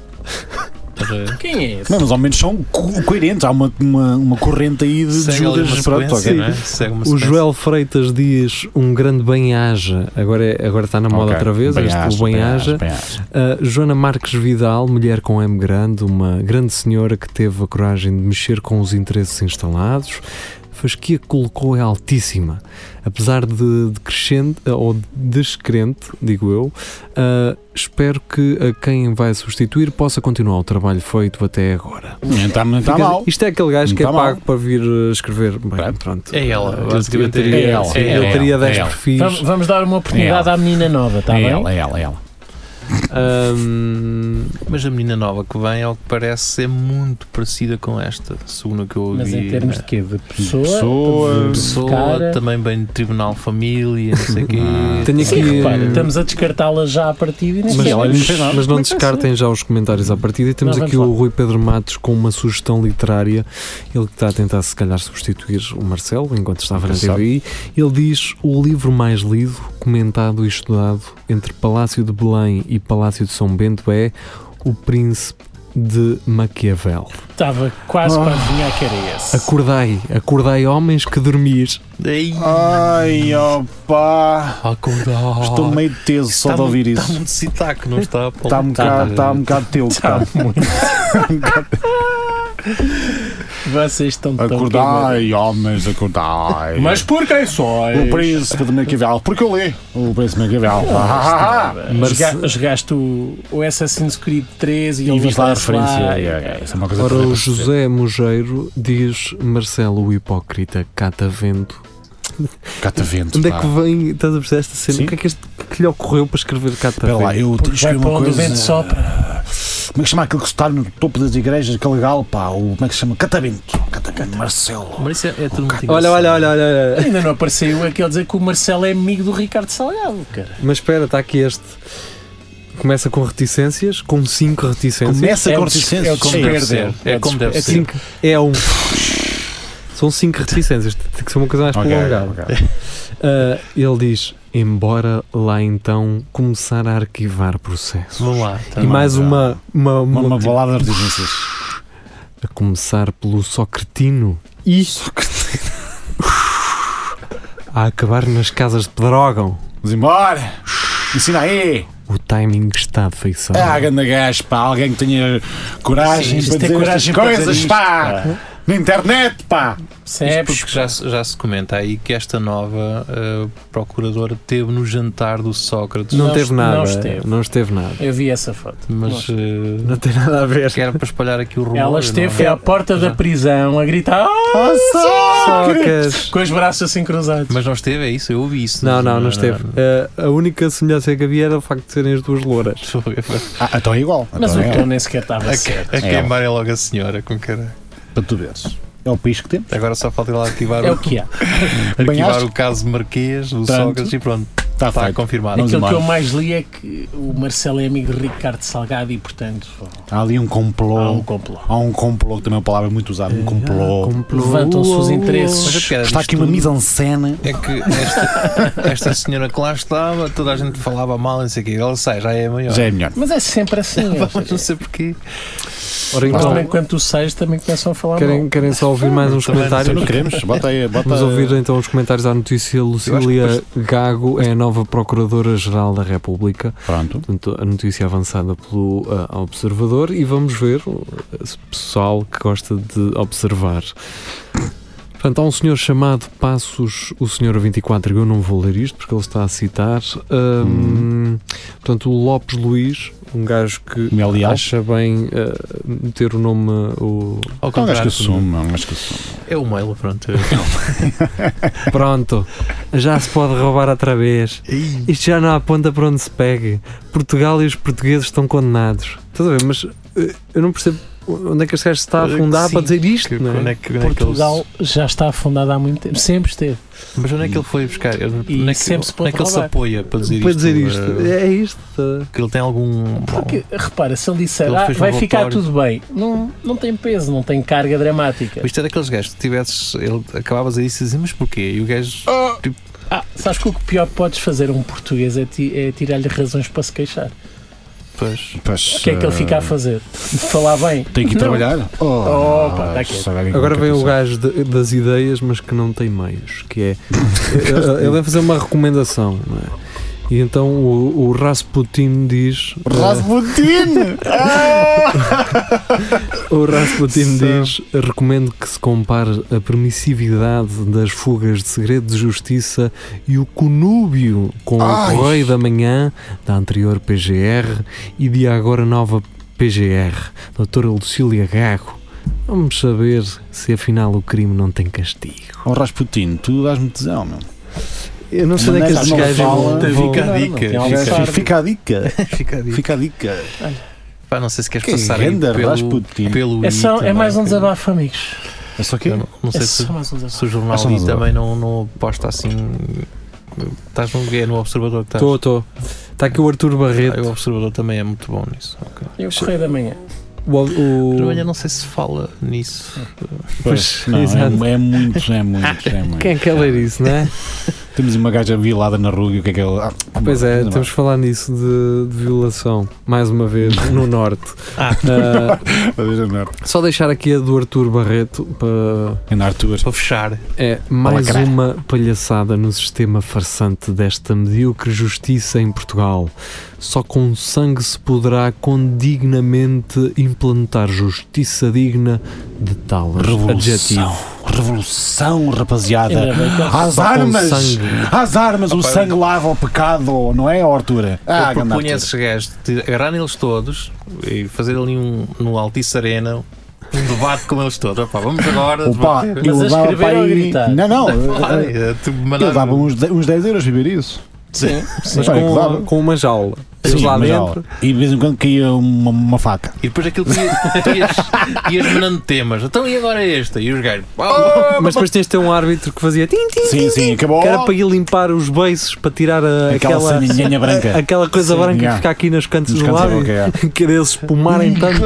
Speaker 4: Quem é esse?
Speaker 3: Não, mas ao menos são co- coerentes. Há uma, uma, uma corrente aí de
Speaker 5: Segue ali uma
Speaker 3: Judas. Pronto,
Speaker 5: sequência,
Speaker 3: ok.
Speaker 5: não é? Segue uma
Speaker 2: O
Speaker 5: sequência.
Speaker 2: Joel Freitas diz um grande bem-aja. Agora, é- agora está na moda
Speaker 3: Ok.
Speaker 2: outra vez, este
Speaker 3: Bem-aja,
Speaker 2: o bem-aja.
Speaker 3: bem-aja, bem-aja.
Speaker 2: Uh, Joana Marques Vidal, mulher com M grande, uma grande senhora que teve a coragem de mexer com os interesses instalados. A fasquia que colocou é altíssima. Apesar de, de crescente uh, ou descrente, digo eu, uh, espero que a quem vai substituir possa continuar o trabalho feito até agora.
Speaker 3: Não está não
Speaker 2: Quer dizer,
Speaker 3: está Tá mal.
Speaker 2: Isto é aquele gajo
Speaker 3: Não
Speaker 2: que
Speaker 3: tá
Speaker 2: é
Speaker 3: mal.
Speaker 2: pago para vir uh, escrever. Bem,
Speaker 3: Pronto.
Speaker 2: pronto.
Speaker 5: É ela,
Speaker 2: Eu- eu
Speaker 5: basicamente é
Speaker 2: teria,
Speaker 3: ela.
Speaker 2: sim,
Speaker 5: É
Speaker 2: eu
Speaker 5: ela,
Speaker 2: teria
Speaker 5: é
Speaker 2: 10
Speaker 5: ela.
Speaker 2: perfis.
Speaker 4: Vamos, vamos dar uma oportunidade
Speaker 3: É
Speaker 4: à menina nova, está
Speaker 3: é
Speaker 4: bem?
Speaker 3: ela, é ela, é ela.
Speaker 2: Ahm,
Speaker 5: Mas a menina nova que vem, ao que parece, é muito parecida com esta, segundo o que eu ouvi.
Speaker 4: Mas em termos de
Speaker 5: né?
Speaker 4: quê? De pessoa?
Speaker 3: Pessoa,
Speaker 4: de
Speaker 5: pessoa,
Speaker 4: cara?
Speaker 5: também bem de tribunal família, não sei o quê.
Speaker 3: Ah.
Speaker 2: Tenho
Speaker 4: Sim,
Speaker 2: aqui-
Speaker 4: repara, estamos a descartá-la já à partida e nem
Speaker 2: Mas,
Speaker 4: sei.
Speaker 3: ela não fez nada.
Speaker 2: mas não descartem já os comentários à partida. E temos
Speaker 4: Não,
Speaker 2: aqui
Speaker 4: vamos
Speaker 2: o Rui Pedro Matos com uma sugestão literária. Ele que está a tentar, se calhar, substituir o Marcelo enquanto estava na
Speaker 3: Engraçado.
Speaker 2: TVI. Ele diz: o livro mais lido, comentado e estudado entre Palácio de Belém e Palácio de São Bento é O Príncipe de Maquiavel.
Speaker 4: Estava quase
Speaker 3: Ah.
Speaker 4: para adivinhar que era esse.
Speaker 2: Acordai, acordai, homens que dormis.
Speaker 5: Ei,
Speaker 3: Ai, opa.
Speaker 5: acordar.
Speaker 2: Oh.
Speaker 3: Estou meio teso só
Speaker 2: Tá
Speaker 3: de ouvir
Speaker 5: Está
Speaker 3: isso.
Speaker 5: tá muito sotaque, não está? Paulo?
Speaker 3: Está um bocado, está um bocado teu.
Speaker 2: Tá
Speaker 4: Está muito. Vocês estão tão queimados.
Speaker 3: Acordai, homens, acordai.
Speaker 4: Mas por quem sois?
Speaker 3: o príncipe de Maquiavel, Ah, porque eu li o príncipe de Maquiavel. Ah, ah, ah.
Speaker 2: Mas-
Speaker 4: Joga- Jogaste o, o Assassin's Creed 3 e,
Speaker 3: E
Speaker 4: ele
Speaker 3: viste lá a
Speaker 4: aparece
Speaker 3: referência.
Speaker 4: lá,
Speaker 3: é, é, Essa é uma coisa
Speaker 2: Ora,
Speaker 3: que eu
Speaker 2: o
Speaker 3: lembro.
Speaker 2: José Mugeiro diz: Marcelo, o hipócrita, catavento.
Speaker 3: Cataventos.
Speaker 2: Onde é
Speaker 3: pá.
Speaker 2: que vem, estás a perceber esta cena?
Speaker 3: Sim.
Speaker 2: O que é que, este, o que lhe ocorreu para escrever cá
Speaker 3: Espera lá,
Speaker 2: também?
Speaker 3: eu
Speaker 4: Porque vai
Speaker 3: escrevi
Speaker 4: para
Speaker 3: uma
Speaker 4: onde o
Speaker 3: coisa.
Speaker 4: vento sopra.
Speaker 3: Como é que chama aquilo que está no topo das igrejas? Aquele legal, pá. O, como é que se chama? Catavento. Catavento. Marcelo.
Speaker 5: Mas isso é, é tudo muito
Speaker 2: Olha, olha, olha, olha, olha.
Speaker 4: Ainda não apareceu aquele dizer que o Marcelo é amigo do Ricardo Salgado, cara.
Speaker 2: Mas espera, está aqui este. Começa com reticências, com cinco reticências.
Speaker 3: Começa
Speaker 4: É
Speaker 3: com
Speaker 4: o des-
Speaker 3: reticência.
Speaker 4: é o
Speaker 5: Como
Speaker 4: Sim.
Speaker 5: deve
Speaker 4: Perdeu.
Speaker 5: ser. É como deve
Speaker 2: É
Speaker 5: ser.
Speaker 2: cinco. É um. São cinco reticências, tem que ser uma coisa mais
Speaker 3: Ok,
Speaker 2: prolongada.
Speaker 3: ok.
Speaker 2: Ah, ele diz: embora lá então começar a arquivar processos.
Speaker 5: Vamos lá. tá
Speaker 2: E
Speaker 5: lá.
Speaker 2: mais uma, uma,
Speaker 3: Uma, uma
Speaker 2: multi-
Speaker 3: balada de reticências.
Speaker 2: A começar pelo Socretino e. a acabar nas casas de Pedrógão.
Speaker 3: Vamos embora. Ensina aí.
Speaker 2: O timing está de feição.
Speaker 3: É a grande gajo, pá. Alguém que tenha coragem para
Speaker 4: Sim, isto é
Speaker 3: dizer
Speaker 4: coragem
Speaker 3: coragem
Speaker 4: para
Speaker 3: coisas,
Speaker 4: dizer isto,
Speaker 3: pá. Na internet, pá.
Speaker 5: Ah. Isto
Speaker 4: Ah. Percebes?
Speaker 5: porque já, se- já se comenta aí que esta nova eh, procuradora teve no jantar do Sócrates,
Speaker 2: não,
Speaker 4: Não
Speaker 2: teve
Speaker 4: est-
Speaker 2: nada.
Speaker 4: não esteve.
Speaker 2: não esteve nada.
Speaker 4: Eu vi essa foto.
Speaker 5: mas eh,
Speaker 2: Não tem nada a ver.
Speaker 5: que era para espalhar aqui o rumor.
Speaker 4: Ela esteve foi à
Speaker 5: não é?
Speaker 4: porta da prisão a gritar "Ah!"
Speaker 2: Socas.
Speaker 4: com os braços assim cruzados.
Speaker 5: Mas não esteve, é isso? Eu ouvi isso.
Speaker 2: Não, não, não esteve. Eh, a única semelhança que havia era o facto de serem as duas louras.
Speaker 3: Ah, então é igual.
Speaker 4: Mas
Speaker 3: então
Speaker 4: o
Speaker 3: é
Speaker 4: tom
Speaker 3: igual.
Speaker 4: nem sequer estava certo.
Speaker 5: A, a queimar é logo a senhora, com cara.
Speaker 3: Para tu veres. É o país que temos.
Speaker 5: Agora só falta ir lá arquivar,
Speaker 4: É
Speaker 5: o,
Speaker 4: o que há.
Speaker 3: Bem,
Speaker 5: arquivar
Speaker 3: acho-
Speaker 5: o caso Marquês, o
Speaker 3: Pronto.
Speaker 5: Sócrates e pronto,
Speaker 3: Está
Speaker 5: está
Speaker 3: tá feito.
Speaker 5: confirmado.
Speaker 3: Vamos
Speaker 4: Aquilo que
Speaker 3: embora.
Speaker 4: eu mais li é que o Marcelo é amigo de Ricardo Salgado e, portanto,
Speaker 3: Há ali um complô.
Speaker 4: há um complô.
Speaker 3: Há um complô, que também é uma palavra muito usada. Um complô.
Speaker 4: Levantam-se os interesses.
Speaker 5: Mas a piada
Speaker 3: Está
Speaker 5: disto
Speaker 3: aqui uma
Speaker 5: tudo
Speaker 3: mise en scène.
Speaker 5: É que esta, esta senhora que lá estava, toda a gente falava mal, não sei o quê. Ela sai, já é maior.
Speaker 3: Já é melhor.
Speaker 4: Mas é sempre assim. é,
Speaker 5: Mas não sei porquê.
Speaker 3: Então,
Speaker 2: Ora,
Speaker 4: Mas também
Speaker 2: então,
Speaker 4: quando tu sais também começam a falar
Speaker 2: querem,
Speaker 4: mal.
Speaker 2: querem só ouvir mais uns
Speaker 5: Também não
Speaker 3: Se não
Speaker 2: comentários?
Speaker 3: queremos, bota aí. Bota
Speaker 2: Vamos ouvir então os comentários à notícia.
Speaker 5: acho que
Speaker 2: Lucília Gago é a nova Procuradora-Geral da República.
Speaker 3: Pronto.
Speaker 2: Portanto, a notícia avançada pelo ah, observador e vamos ver eh, o pessoal que gosta de observar. Portanto, há um senhor chamado Passos, o senhor 24, eu não vou ler isto porque ele está a citar. Ahm, Portanto, o Lopes Luís, um gajo que
Speaker 3: Mel e Alves.
Speaker 2: acha bem ah, ter o nome. o-
Speaker 3: Então
Speaker 5: Ao
Speaker 3: acho que
Speaker 5: contrário,
Speaker 3: assume. não, Acho que assume.
Speaker 5: é o mail, pronto.
Speaker 2: Pronto, já se pode roubar outra vez. Isto já não aponta para onde se pegue. Portugal e os portugueses estão condenados. Estás a ver? Mas eh, eu não percebo onde é que este gajo se está a
Speaker 5: Eh, Sim,
Speaker 2: afundar para dizer isto? Não
Speaker 5: Onde
Speaker 2: é?
Speaker 5: é que, onde é que
Speaker 4: Portugal
Speaker 5: ele,
Speaker 4: já está afundada há muito tempo. Sempre esteve.
Speaker 5: se- mas onde é que ele foi buscar?
Speaker 4: E
Speaker 5: Onde é que,
Speaker 4: sempre
Speaker 5: onde é
Speaker 4: se pode
Speaker 5: que ele se
Speaker 4: roubar.
Speaker 5: apoia para dizer
Speaker 2: Para
Speaker 5: isto?
Speaker 2: dizer isto,
Speaker 5: eh,
Speaker 2: é isto.
Speaker 5: Que ele tem algum.
Speaker 4: Porque, repara, se ele disser
Speaker 5: Ele
Speaker 4: "Ah,
Speaker 5: fez um
Speaker 4: vai ficar
Speaker 5: relatório."
Speaker 4: tudo bem, não, não tem peso, não tem carga dramática.
Speaker 5: Bom, Isto é daqueles gajos que tivesses. Ele acabavas a isso e dizias, mas porquê? E o gajo.
Speaker 4: Ah, sabes que o pior que podes fazer a um português é, ti- é tirar-lhe razões para se queixar.
Speaker 5: Pois.
Speaker 4: O que é que ele fica a fazer? Falar bem?
Speaker 3: Tem que ir
Speaker 4: Não.
Speaker 3: trabalhar? Oh,
Speaker 4: Opa, tá aqui.
Speaker 3: sabe bem
Speaker 2: Agora
Speaker 3: como
Speaker 2: vem
Speaker 3: é que
Speaker 2: o
Speaker 3: eu
Speaker 2: gajo de- das ideias, mas que não tem meios, que é ele- ele vai fazer uma recomendação, não é? E então o, o Rasputin diz
Speaker 3: sou. Rasputin!
Speaker 2: o Rasputin
Speaker 3: Sim.
Speaker 2: diz recomendo que se compare a permissividade das fugas de segredo de justiça e o conúbio com
Speaker 3: Ai.
Speaker 2: o Correio da Manhã da anterior PGR e de agora nova PGR doutora Lucília Gago vamos saber se afinal o crime não tem castigo
Speaker 3: Oh, Rasputin, tu dás-me tesão, meu.
Speaker 2: Eu não sei
Speaker 3: Mas
Speaker 2: onde é que
Speaker 3: nessa
Speaker 2: estes
Speaker 3: não
Speaker 2: gajos
Speaker 3: fala, Tá
Speaker 2: vão.
Speaker 5: Fica
Speaker 2: vão-
Speaker 5: a
Speaker 4: Não, não, tem
Speaker 5: dica.
Speaker 4: alguém
Speaker 5: é fica a
Speaker 4: sabe.
Speaker 5: dica.
Speaker 3: Fica a dica.
Speaker 5: Fica a dica.
Speaker 3: Fica a dica.
Speaker 5: Pá, não sei se queres
Speaker 3: Que
Speaker 5: passar aí
Speaker 3: grande
Speaker 5: pelo,
Speaker 3: Rasputin.
Speaker 5: pelo
Speaker 4: É,
Speaker 5: I
Speaker 4: só, é
Speaker 5: também,
Speaker 4: mais um
Speaker 5: que-
Speaker 4: desabafo, amigos.
Speaker 3: É só que
Speaker 5: Eu Não, não
Speaker 4: É
Speaker 5: sei se,
Speaker 4: só mais um desabafo.
Speaker 5: se o jornal
Speaker 3: É só um
Speaker 5: I
Speaker 3: desabafo.
Speaker 5: também não, não aposta assim. Estás no, é no observador que estás.
Speaker 2: Estou, estou. Está Tá aqui o Arthur
Speaker 3: Tá,
Speaker 5: Ah, o
Speaker 2: Barreto.
Speaker 5: observador também é muito bom nisso. ok.
Speaker 4: Eu correio da manhã.
Speaker 2: O, o,
Speaker 5: Mas olha, não sei se fala nisso.
Speaker 3: Pois, não,
Speaker 2: Exato.
Speaker 3: é, é muito, é muito, é muito.
Speaker 2: Quem é que é ler isso, não é?
Speaker 3: Temos uma gaja vilada na rua e o que é que ela. Ah,
Speaker 2: Pois é,
Speaker 3: vamos
Speaker 2: temos de falar nisso de, de violação, mais uma vez, no Norte.
Speaker 5: Ah.
Speaker 2: Ah,
Speaker 3: lá.
Speaker 2: só deixar aqui a do Arthur Barreto para.
Speaker 3: Ainda Arthur.
Speaker 5: Para fechar,
Speaker 2: É mais
Speaker 3: caralho.
Speaker 2: uma palhaçada no sistema farsante desta medíocre justiça em Portugal. Só com sangue se poderá condignamente implantar justiça digna de tal adjetivo.
Speaker 3: Revolução. Revolução, rapaziada.
Speaker 4: Ainda bem que eu-
Speaker 3: Às
Speaker 2: Só com
Speaker 3: armas!
Speaker 2: sangue.
Speaker 3: Às armas! o
Speaker 5: Opa,
Speaker 3: sangue lava o pecado, não é, ó, Arthur? Ah, grande
Speaker 5: eu propunha a
Speaker 3: Arthur.
Speaker 5: esses gajos de agarrar neles todos e fazer ali um, no Altice Arena um debate com eles todos. Opá, vamos agora.
Speaker 3: Opa,
Speaker 5: debater.
Speaker 4: Mas
Speaker 3: eu
Speaker 4: a
Speaker 3: dava
Speaker 4: escrever
Speaker 3: para
Speaker 4: ou a
Speaker 3: aí.
Speaker 4: gritar?
Speaker 3: Não, não. eu-
Speaker 5: Ai, tu um- mandar-
Speaker 3: Eu dava uns, de- uns 10 euros para ver isso.
Speaker 4: Sim, sim.
Speaker 2: Mas
Speaker 3: Olha, que
Speaker 2: com,
Speaker 3: dava.
Speaker 2: com uma jaula.
Speaker 3: Sim,
Speaker 2: Sim, lá
Speaker 3: mas,
Speaker 2: dentro.
Speaker 3: ó, E de vez em quando caía uma, uma faca.
Speaker 5: E depois aquilo tu ia- tu ias, ias menando temas. Então e agora esta? E os gajos.
Speaker 3: Oh,
Speaker 2: Mas depois tens de ter um árbitro que fazia tim, tim,
Speaker 3: Sim, sim, acabou.
Speaker 2: que era para ir limpar os beiços para tirar a-
Speaker 3: Oh. Aquela
Speaker 2: aquela,
Speaker 3: sardinha branca.
Speaker 2: aquela coisa
Speaker 3: É. Sim,
Speaker 2: branca
Speaker 3: yeah.
Speaker 2: que fica aqui nos cantos
Speaker 3: Nos
Speaker 2: do
Speaker 3: cantos é. da
Speaker 2: lábio,
Speaker 3: boca, yeah.
Speaker 2: que eles espumarem tanto.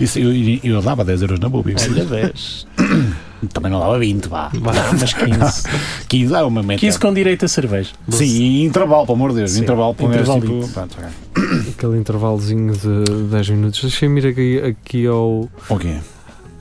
Speaker 3: Isso, eu, eu dava 10 euros na boobie.
Speaker 4: Olha, 10.
Speaker 3: Também não dava 20, vá.
Speaker 4: Não, Ah, mas 15.
Speaker 3: 15 é uma meta.
Speaker 4: 15 com direito a cerveja.
Speaker 3: Sim, e intervalo, pelo amor de Deus.
Speaker 4: Sim,
Speaker 3: Intervalo, pelo menos,
Speaker 4: intervalito.
Speaker 3: tipo... Pronto, ok.
Speaker 2: Aquele intervalozinho de 10 minutos. Deixa-me ir aqui, aqui ao.
Speaker 3: Ok.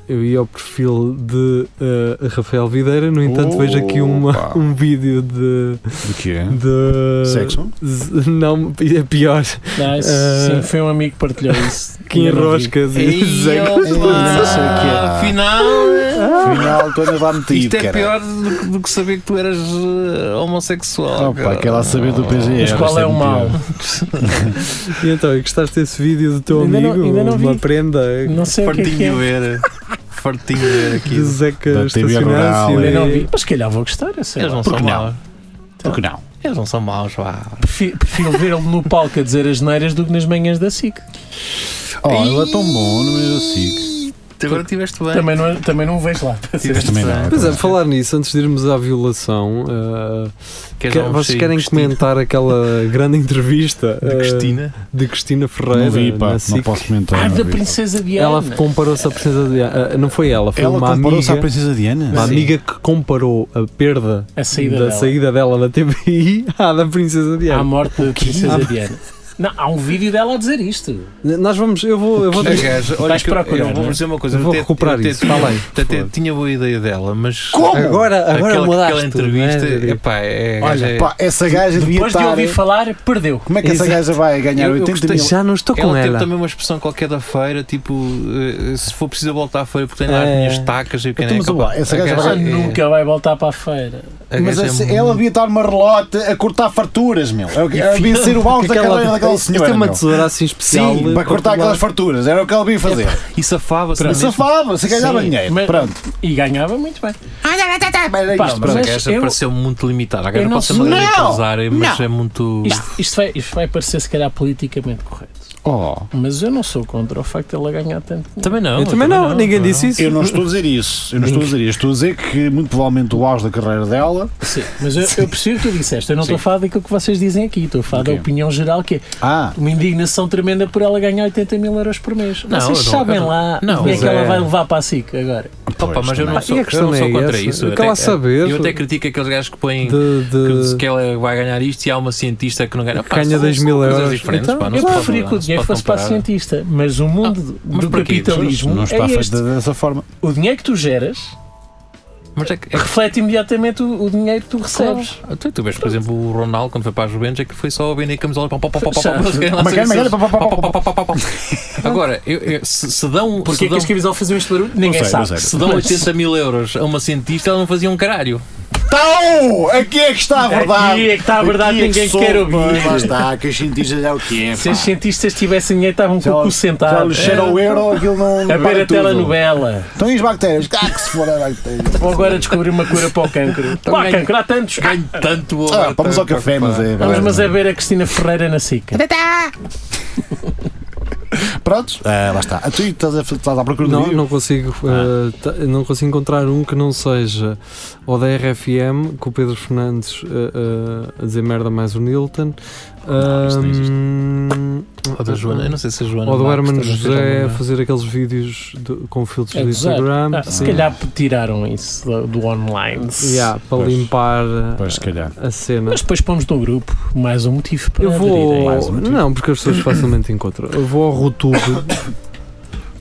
Speaker 2: Eu ia ao perfil de eh, Rafael Videira, no entanto, vejo aqui uma,
Speaker 3: Opa.
Speaker 2: um vídeo de.
Speaker 3: Do que é?
Speaker 2: de
Speaker 3: Sexo?
Speaker 2: z- Não, é pior.
Speaker 4: Não, isso-
Speaker 2: Ah.
Speaker 4: sim, foi um amigo que partilhou isso.
Speaker 2: Que
Speaker 4: Eu não vi.
Speaker 2: enroscas e sexo.
Speaker 3: não sei o que é.
Speaker 5: é Afinal,
Speaker 3: Afinal, tu andas lá metido,
Speaker 5: isto é
Speaker 3: cara.
Speaker 5: pior do, que- do que saber que tu eras eh, homossexual.
Speaker 3: Opa, aquela a saber do PGR.
Speaker 4: Mas qual
Speaker 3: isto
Speaker 4: é o
Speaker 3: muito
Speaker 4: mal?
Speaker 3: pior.
Speaker 2: E então, e gostaste desse vídeo do teu
Speaker 4: Ainda não-
Speaker 2: amigo?
Speaker 4: ainda não
Speaker 2: uma
Speaker 4: vi.
Speaker 2: prenda
Speaker 4: Não sei o que é
Speaker 5: Fartinho
Speaker 4: que
Speaker 5: de
Speaker 4: é.
Speaker 5: ver. Fartinho de ver
Speaker 2: de
Speaker 5: aquilo.
Speaker 2: Zeca
Speaker 3: Da TV
Speaker 2: estacionasse.
Speaker 3: rural, é.
Speaker 4: Eu
Speaker 2: e-
Speaker 4: não vi. Mas se calhar vou gostar, eu sei
Speaker 5: Eles
Speaker 4: lá.
Speaker 5: não
Speaker 3: Por que
Speaker 5: são
Speaker 3: não?
Speaker 5: maus.
Speaker 3: Porque não?
Speaker 5: Eles não são maus, vá.
Speaker 4: Prefi- Prefiro vê-lo no palco a dizer as neiras do que nas manhãs da SIC.
Speaker 3: Oh, ele é tão bom no meio da SIC.
Speaker 5: Tu agora estiveste bem.
Speaker 4: Também não, também não o vejo lá.
Speaker 5: Tiveste
Speaker 3: Também
Speaker 5: bem.
Speaker 3: não.
Speaker 2: Pois é, falar nisso, antes de irmos à violação, ah,
Speaker 5: Queres
Speaker 2: que-
Speaker 5: dar um
Speaker 2: vocês
Speaker 5: cheiro
Speaker 2: querem
Speaker 5: de
Speaker 2: comentar aquela grande entrevista
Speaker 5: Cristina?
Speaker 2: ah,
Speaker 5: De Cristina?
Speaker 2: de Cristina Ferreira?
Speaker 3: Não vi, pá.
Speaker 2: na
Speaker 3: Não
Speaker 2: SIC?
Speaker 3: posso comentar.
Speaker 4: Ah,
Speaker 3: não
Speaker 4: da
Speaker 3: vi.
Speaker 4: princesa Diana.
Speaker 2: Ela comparou-se à princesa Diana. Ah, não foi ela, foi
Speaker 3: Ela
Speaker 2: uma
Speaker 3: comparou-se à
Speaker 2: amiga.
Speaker 3: princesa Diana?
Speaker 2: Uma
Speaker 5: Sim.
Speaker 2: amiga que comparou a perda
Speaker 4: A saída
Speaker 2: da
Speaker 4: dela.
Speaker 2: saída dela da TVI à da Princesa
Speaker 4: À
Speaker 2: Diana.
Speaker 4: morte da princesa
Speaker 2: Ah.
Speaker 4: Diana. Não, há um vídeo dela a dizer isto.
Speaker 2: Nós vamos, eu vou, eu vou,
Speaker 5: A gaja, olha,
Speaker 4: Vais
Speaker 5: que eu-
Speaker 4: procurar,
Speaker 5: eu vou
Speaker 4: não é?
Speaker 5: dizer uma coisa.
Speaker 2: Eu vou
Speaker 5: até-
Speaker 2: recuperar
Speaker 5: até
Speaker 2: isso, tá
Speaker 5: tinha-
Speaker 2: fala aí.
Speaker 5: Até tinha boa ideia dela, mas.
Speaker 3: Como?
Speaker 2: Agora, agora
Speaker 5: aquela,
Speaker 2: mudaste.
Speaker 5: aquela entrevista,
Speaker 2: não é?
Speaker 5: epá, é, a gaja
Speaker 3: Olha,
Speaker 5: é-
Speaker 3: pá, essa gaja devia
Speaker 4: Depois de
Speaker 3: estar.
Speaker 4: ouvir falar, perdeu.
Speaker 3: Como é que essa
Speaker 2: Exato.
Speaker 3: gaja vai ganhar
Speaker 5: Eu- eu
Speaker 3: 80 mil?
Speaker 5: gostei-
Speaker 2: Já não estou com
Speaker 5: ela teve
Speaker 2: ela.
Speaker 5: também uma expressão qualquer da feira, tipo, eh, se for preciso eu voltar à feira porque tenho lá
Speaker 2: É.
Speaker 5: as minhas tacas e o que
Speaker 3: Então,
Speaker 5: é
Speaker 3: mas,
Speaker 5: que-
Speaker 3: ó, essa
Speaker 5: a
Speaker 3: gaja vai-
Speaker 5: é-
Speaker 4: Nunca vai voltar para a feira.
Speaker 5: a
Speaker 3: Mas
Speaker 5: gaja é
Speaker 3: essa-
Speaker 5: muito-
Speaker 3: ela devia estar uma relote a cortar farturas, meu. É o que- Ela devia ser o balde
Speaker 2: Aquela-
Speaker 3: daquela, daquela
Speaker 2: isto
Speaker 3: senhora.
Speaker 2: é uma
Speaker 3: meu.
Speaker 2: tesoura assim especial.
Speaker 3: Sim,
Speaker 2: eh,
Speaker 3: para cortar
Speaker 2: lá.
Speaker 3: aquelas farturas. Era o que ela devia fazer.
Speaker 5: E safava-se.
Speaker 3: E
Speaker 5: não é mesmo?
Speaker 3: safava, se ganhava
Speaker 4: Sim,
Speaker 3: dinheiro.
Speaker 4: mas-
Speaker 3: Pronto.
Speaker 4: E ganhava muito bem.
Speaker 3: Era
Speaker 4: Pá,
Speaker 3: isto,
Speaker 5: Mas a
Speaker 4: mas
Speaker 3: pronto.
Speaker 4: é-
Speaker 5: gaja
Speaker 4: eu-
Speaker 5: pareceu muito limitada. A
Speaker 4: eu
Speaker 5: gaja
Speaker 4: não
Speaker 5: pode ser uma
Speaker 3: sei-
Speaker 5: grande
Speaker 3: Não!
Speaker 5: empresária, mas é muito.
Speaker 4: Isto, isto vai, isto vai parecer, se calhar, politicamente correto.
Speaker 3: Oh,
Speaker 4: Mas eu não sou contra o facto de ela ganhar tanto dinheiro.
Speaker 5: Também não.
Speaker 2: eu também não, ninguém disse isso.
Speaker 3: eu não estou a dizer isso. Eu não estou a dizer isso. Estou a dizer que, muito provavelmente, o auge da carreira dela.
Speaker 4: Sim, mas eu, eu percebo o que tu disseste. Eu não estou a falar daquilo que vocês dizem aqui. Estou a falar
Speaker 3: Ok.
Speaker 4: da opinião geral, que é
Speaker 3: Ah,
Speaker 4: uma indignação tremenda por ela ganhar 80 mil euros por mês.
Speaker 5: Não,
Speaker 4: vocês
Speaker 5: eu não-
Speaker 4: sabem
Speaker 5: eu não-
Speaker 4: lá
Speaker 5: não,
Speaker 4: o que é que
Speaker 2: mas
Speaker 4: ela
Speaker 2: é-
Speaker 4: vai levar para a SIC agora.
Speaker 5: Opa, mas eu não
Speaker 2: Ah,
Speaker 5: sou,
Speaker 2: e a
Speaker 5: eu
Speaker 2: questão
Speaker 5: não sou
Speaker 2: é
Speaker 5: contra
Speaker 2: essa?
Speaker 5: isso. Eu
Speaker 2: Quer lá saber?
Speaker 5: eu até critico aqueles gajos que põem
Speaker 2: De,
Speaker 5: que
Speaker 2: de-
Speaker 5: diz que ela vai ganhar isto e há uma cientista que não ganha.
Speaker 2: Que ganha 10 mil
Speaker 5: coisas
Speaker 2: euros.
Speaker 5: diferentes,
Speaker 2: Então,
Speaker 5: pá, não
Speaker 4: eu
Speaker 5: se pode
Speaker 4: preferia
Speaker 5: comparar,
Speaker 4: que o
Speaker 5: não se
Speaker 4: dinheiro
Speaker 5: pode
Speaker 4: fosse para a
Speaker 5: comparar. Ah,
Speaker 4: cientista, mas o mundo
Speaker 5: mas
Speaker 4: do
Speaker 5: para quê?
Speaker 4: capitalismo
Speaker 3: não está
Speaker 4: é
Speaker 3: feito
Speaker 4: este.
Speaker 3: dessa forma.
Speaker 4: O dinheiro que tu geras
Speaker 5: Mas é que, é que
Speaker 4: reflete imediatamente o, o dinheiro que tu recebes.
Speaker 5: Tu, tu vês, por exemplo, o Ronaldo, quando foi para a Juventus, é que foi só a vender camisola. pá, pá, pá, pá, pá,
Speaker 4: Já.
Speaker 5: pá, eles ganham lá
Speaker 3: Magalha,
Speaker 5: seis-
Speaker 3: Magalha, pá, pá, pá, pá, pá,
Speaker 5: pá, pá, pá, pá. Agora, eu- eu- se, se dão,
Speaker 4: Porquê
Speaker 5: se
Speaker 4: é que
Speaker 5: dão,
Speaker 4: as camisolas faziam este barulho? Ninguém
Speaker 3: sei, não
Speaker 4: sabe.
Speaker 3: sei.
Speaker 5: se dão 80 mil euros a uma cientista, ela não fazia um caralho.
Speaker 3: Então, aqui é que está a verdade.
Speaker 4: Aqui é que está a verdade,
Speaker 3: Aqui é
Speaker 4: ninguém
Speaker 3: sou,
Speaker 4: quer ouvir.
Speaker 3: pois, Lá está, que os cientistas é o que é. pá.
Speaker 4: Se os cientistas tivessem dinheiro, estavam
Speaker 3: Se
Speaker 4: com o
Speaker 3: ela-
Speaker 4: cu
Speaker 3: se ela
Speaker 4: sentado.
Speaker 3: lhe cheira o euro, aquilo não.
Speaker 4: É. A ver
Speaker 3: para
Speaker 4: a
Speaker 3: tudo.
Speaker 4: telenovela.
Speaker 3: Então e as bactérias? Ah, que se for a bactéria.
Speaker 4: Vou agora descobrir uma cura para o cancro. Para o
Speaker 5: ganho.
Speaker 4: cancro, há tantos.
Speaker 5: Ganho tanto.
Speaker 3: Ah, vamos ao café, mas é.
Speaker 4: Vamos, mas é ver a Cristina Ferreira na SICA.
Speaker 3: Prontos? Ah, lá está. Ah, Tu estás, a, estás à procura do
Speaker 2: Não,
Speaker 3: livro?
Speaker 2: não consigo,
Speaker 5: Ah.
Speaker 2: eh, ta- não consigo encontrar um que não seja ou da RFM, com o Pedro Fernandes eh, eh, a dizer merda mais o Nilton,
Speaker 5: Não, isto não existe.
Speaker 2: ahm,
Speaker 5: Ou da Joana, eu não sei se a Joana.
Speaker 2: ou do
Speaker 5: Marques
Speaker 2: Herman
Speaker 5: também é? fez
Speaker 2: José a
Speaker 5: alguma-
Speaker 2: fazer aqueles vídeos do- com filtros
Speaker 4: É
Speaker 2: do
Speaker 4: gozar.
Speaker 2: Instagram
Speaker 4: Ah, se calhar tiraram isso do, do online.
Speaker 2: Yeah, para
Speaker 3: Pois.
Speaker 2: limpar eh,
Speaker 3: Pois, se calhar.
Speaker 2: a cena.
Speaker 4: Mas depois pomos no grupo mais um motivo para
Speaker 2: Eu
Speaker 4: aderirem.
Speaker 2: vou. Não, porque as pessoas facilmente encontram. Eu vou ao Rotube.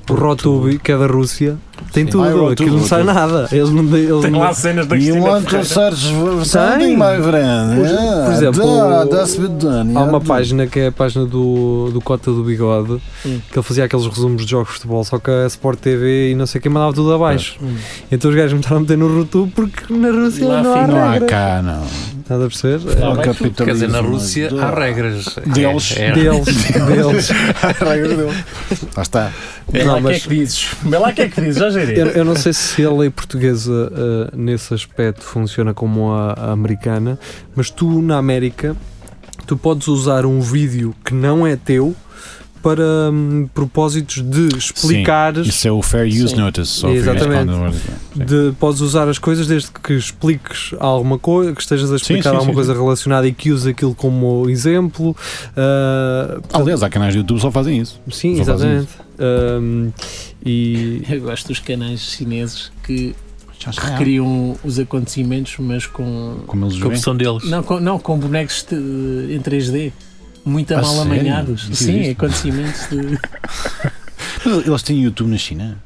Speaker 2: O Rotube, que é da Rússia, tem
Speaker 3: Sim.
Speaker 2: tudo.
Speaker 3: Ah, o
Speaker 2: Aquilo não
Speaker 3: Rotube,
Speaker 2: sai
Speaker 3: Rotube.
Speaker 2: nada. Eles não. Eles
Speaker 4: Tem
Speaker 2: não
Speaker 4: lá cenas da
Speaker 3: E um
Speaker 4: Cristina
Speaker 3: onde tu
Speaker 4: Ferreira.
Speaker 3: searches something,
Speaker 2: Tem.
Speaker 3: my friend?
Speaker 2: Por-
Speaker 3: Ah,
Speaker 2: por exemplo,
Speaker 3: da-
Speaker 2: o-
Speaker 3: that's been done,
Speaker 2: Há
Speaker 3: yeah,
Speaker 2: uma
Speaker 3: do-
Speaker 2: página que é a página do, do Cota do Bigode,
Speaker 4: Hum.
Speaker 2: que ele fazia aqueles resumos de jogos de futebol, só que a Sport TV e não sei quem mandava tudo abaixo.
Speaker 4: Hum.
Speaker 2: Então os gajos me estavam a meter no Rotube porque na Rússia
Speaker 4: Lá
Speaker 2: não há
Speaker 4: afinal
Speaker 3: Não há
Speaker 2: regra.
Speaker 3: cá, não.
Speaker 2: Estás a perceber?
Speaker 4: Não,
Speaker 3: É o
Speaker 4: vai tudo.
Speaker 3: capitalismo.
Speaker 5: Quer dizer, na Rússia
Speaker 3: Do-
Speaker 5: há regras. É-
Speaker 3: Deles.
Speaker 5: é-
Speaker 2: Deles, deles.
Speaker 3: Há regras dele. Lá está.
Speaker 4: Vê
Speaker 2: Não,
Speaker 4: lá o que é
Speaker 2: mas-
Speaker 4: que dizes. Vê lá o que é que dizes, já
Speaker 2: Eu,
Speaker 4: gerei.
Speaker 2: eu não sei se a lei portuguesa ah, nesse aspecto funciona como a, a americana, mas tu na América tu podes usar um vídeo que não é teu para hum, propósitos de explicares
Speaker 3: Isso é o Fair Use
Speaker 4: Sim.
Speaker 3: Notice. ou
Speaker 2: Exatamente.
Speaker 3: Fair Use Sim.
Speaker 2: de- podes usar as coisas desde que expliques alguma coisa, que estejas a explicar
Speaker 3: sim,
Speaker 2: alguma
Speaker 3: sim,
Speaker 2: coisa relacionada e que use aquilo como exemplo. Ah,
Speaker 3: Aliás, há canais do YouTube que só fazem isso.
Speaker 2: sim,
Speaker 3: só fazem
Speaker 2: exatamente. Ahm, e
Speaker 4: Eu gosto dos canais chineses que
Speaker 2: Ah.
Speaker 4: recriam os acontecimentos, mas com.
Speaker 3: Como eles
Speaker 5: Com a
Speaker 3: veem.
Speaker 5: opção deles.
Speaker 4: Não, com, não, com bonecos de- em 3D. Muito
Speaker 2: Ah,
Speaker 3: A
Speaker 4: mal
Speaker 3: sério?
Speaker 4: amanhados.
Speaker 3: Não
Speaker 4: Sim,
Speaker 3: existe.
Speaker 4: acontecimentos de.
Speaker 3: Mas Eles têm YouTube na China.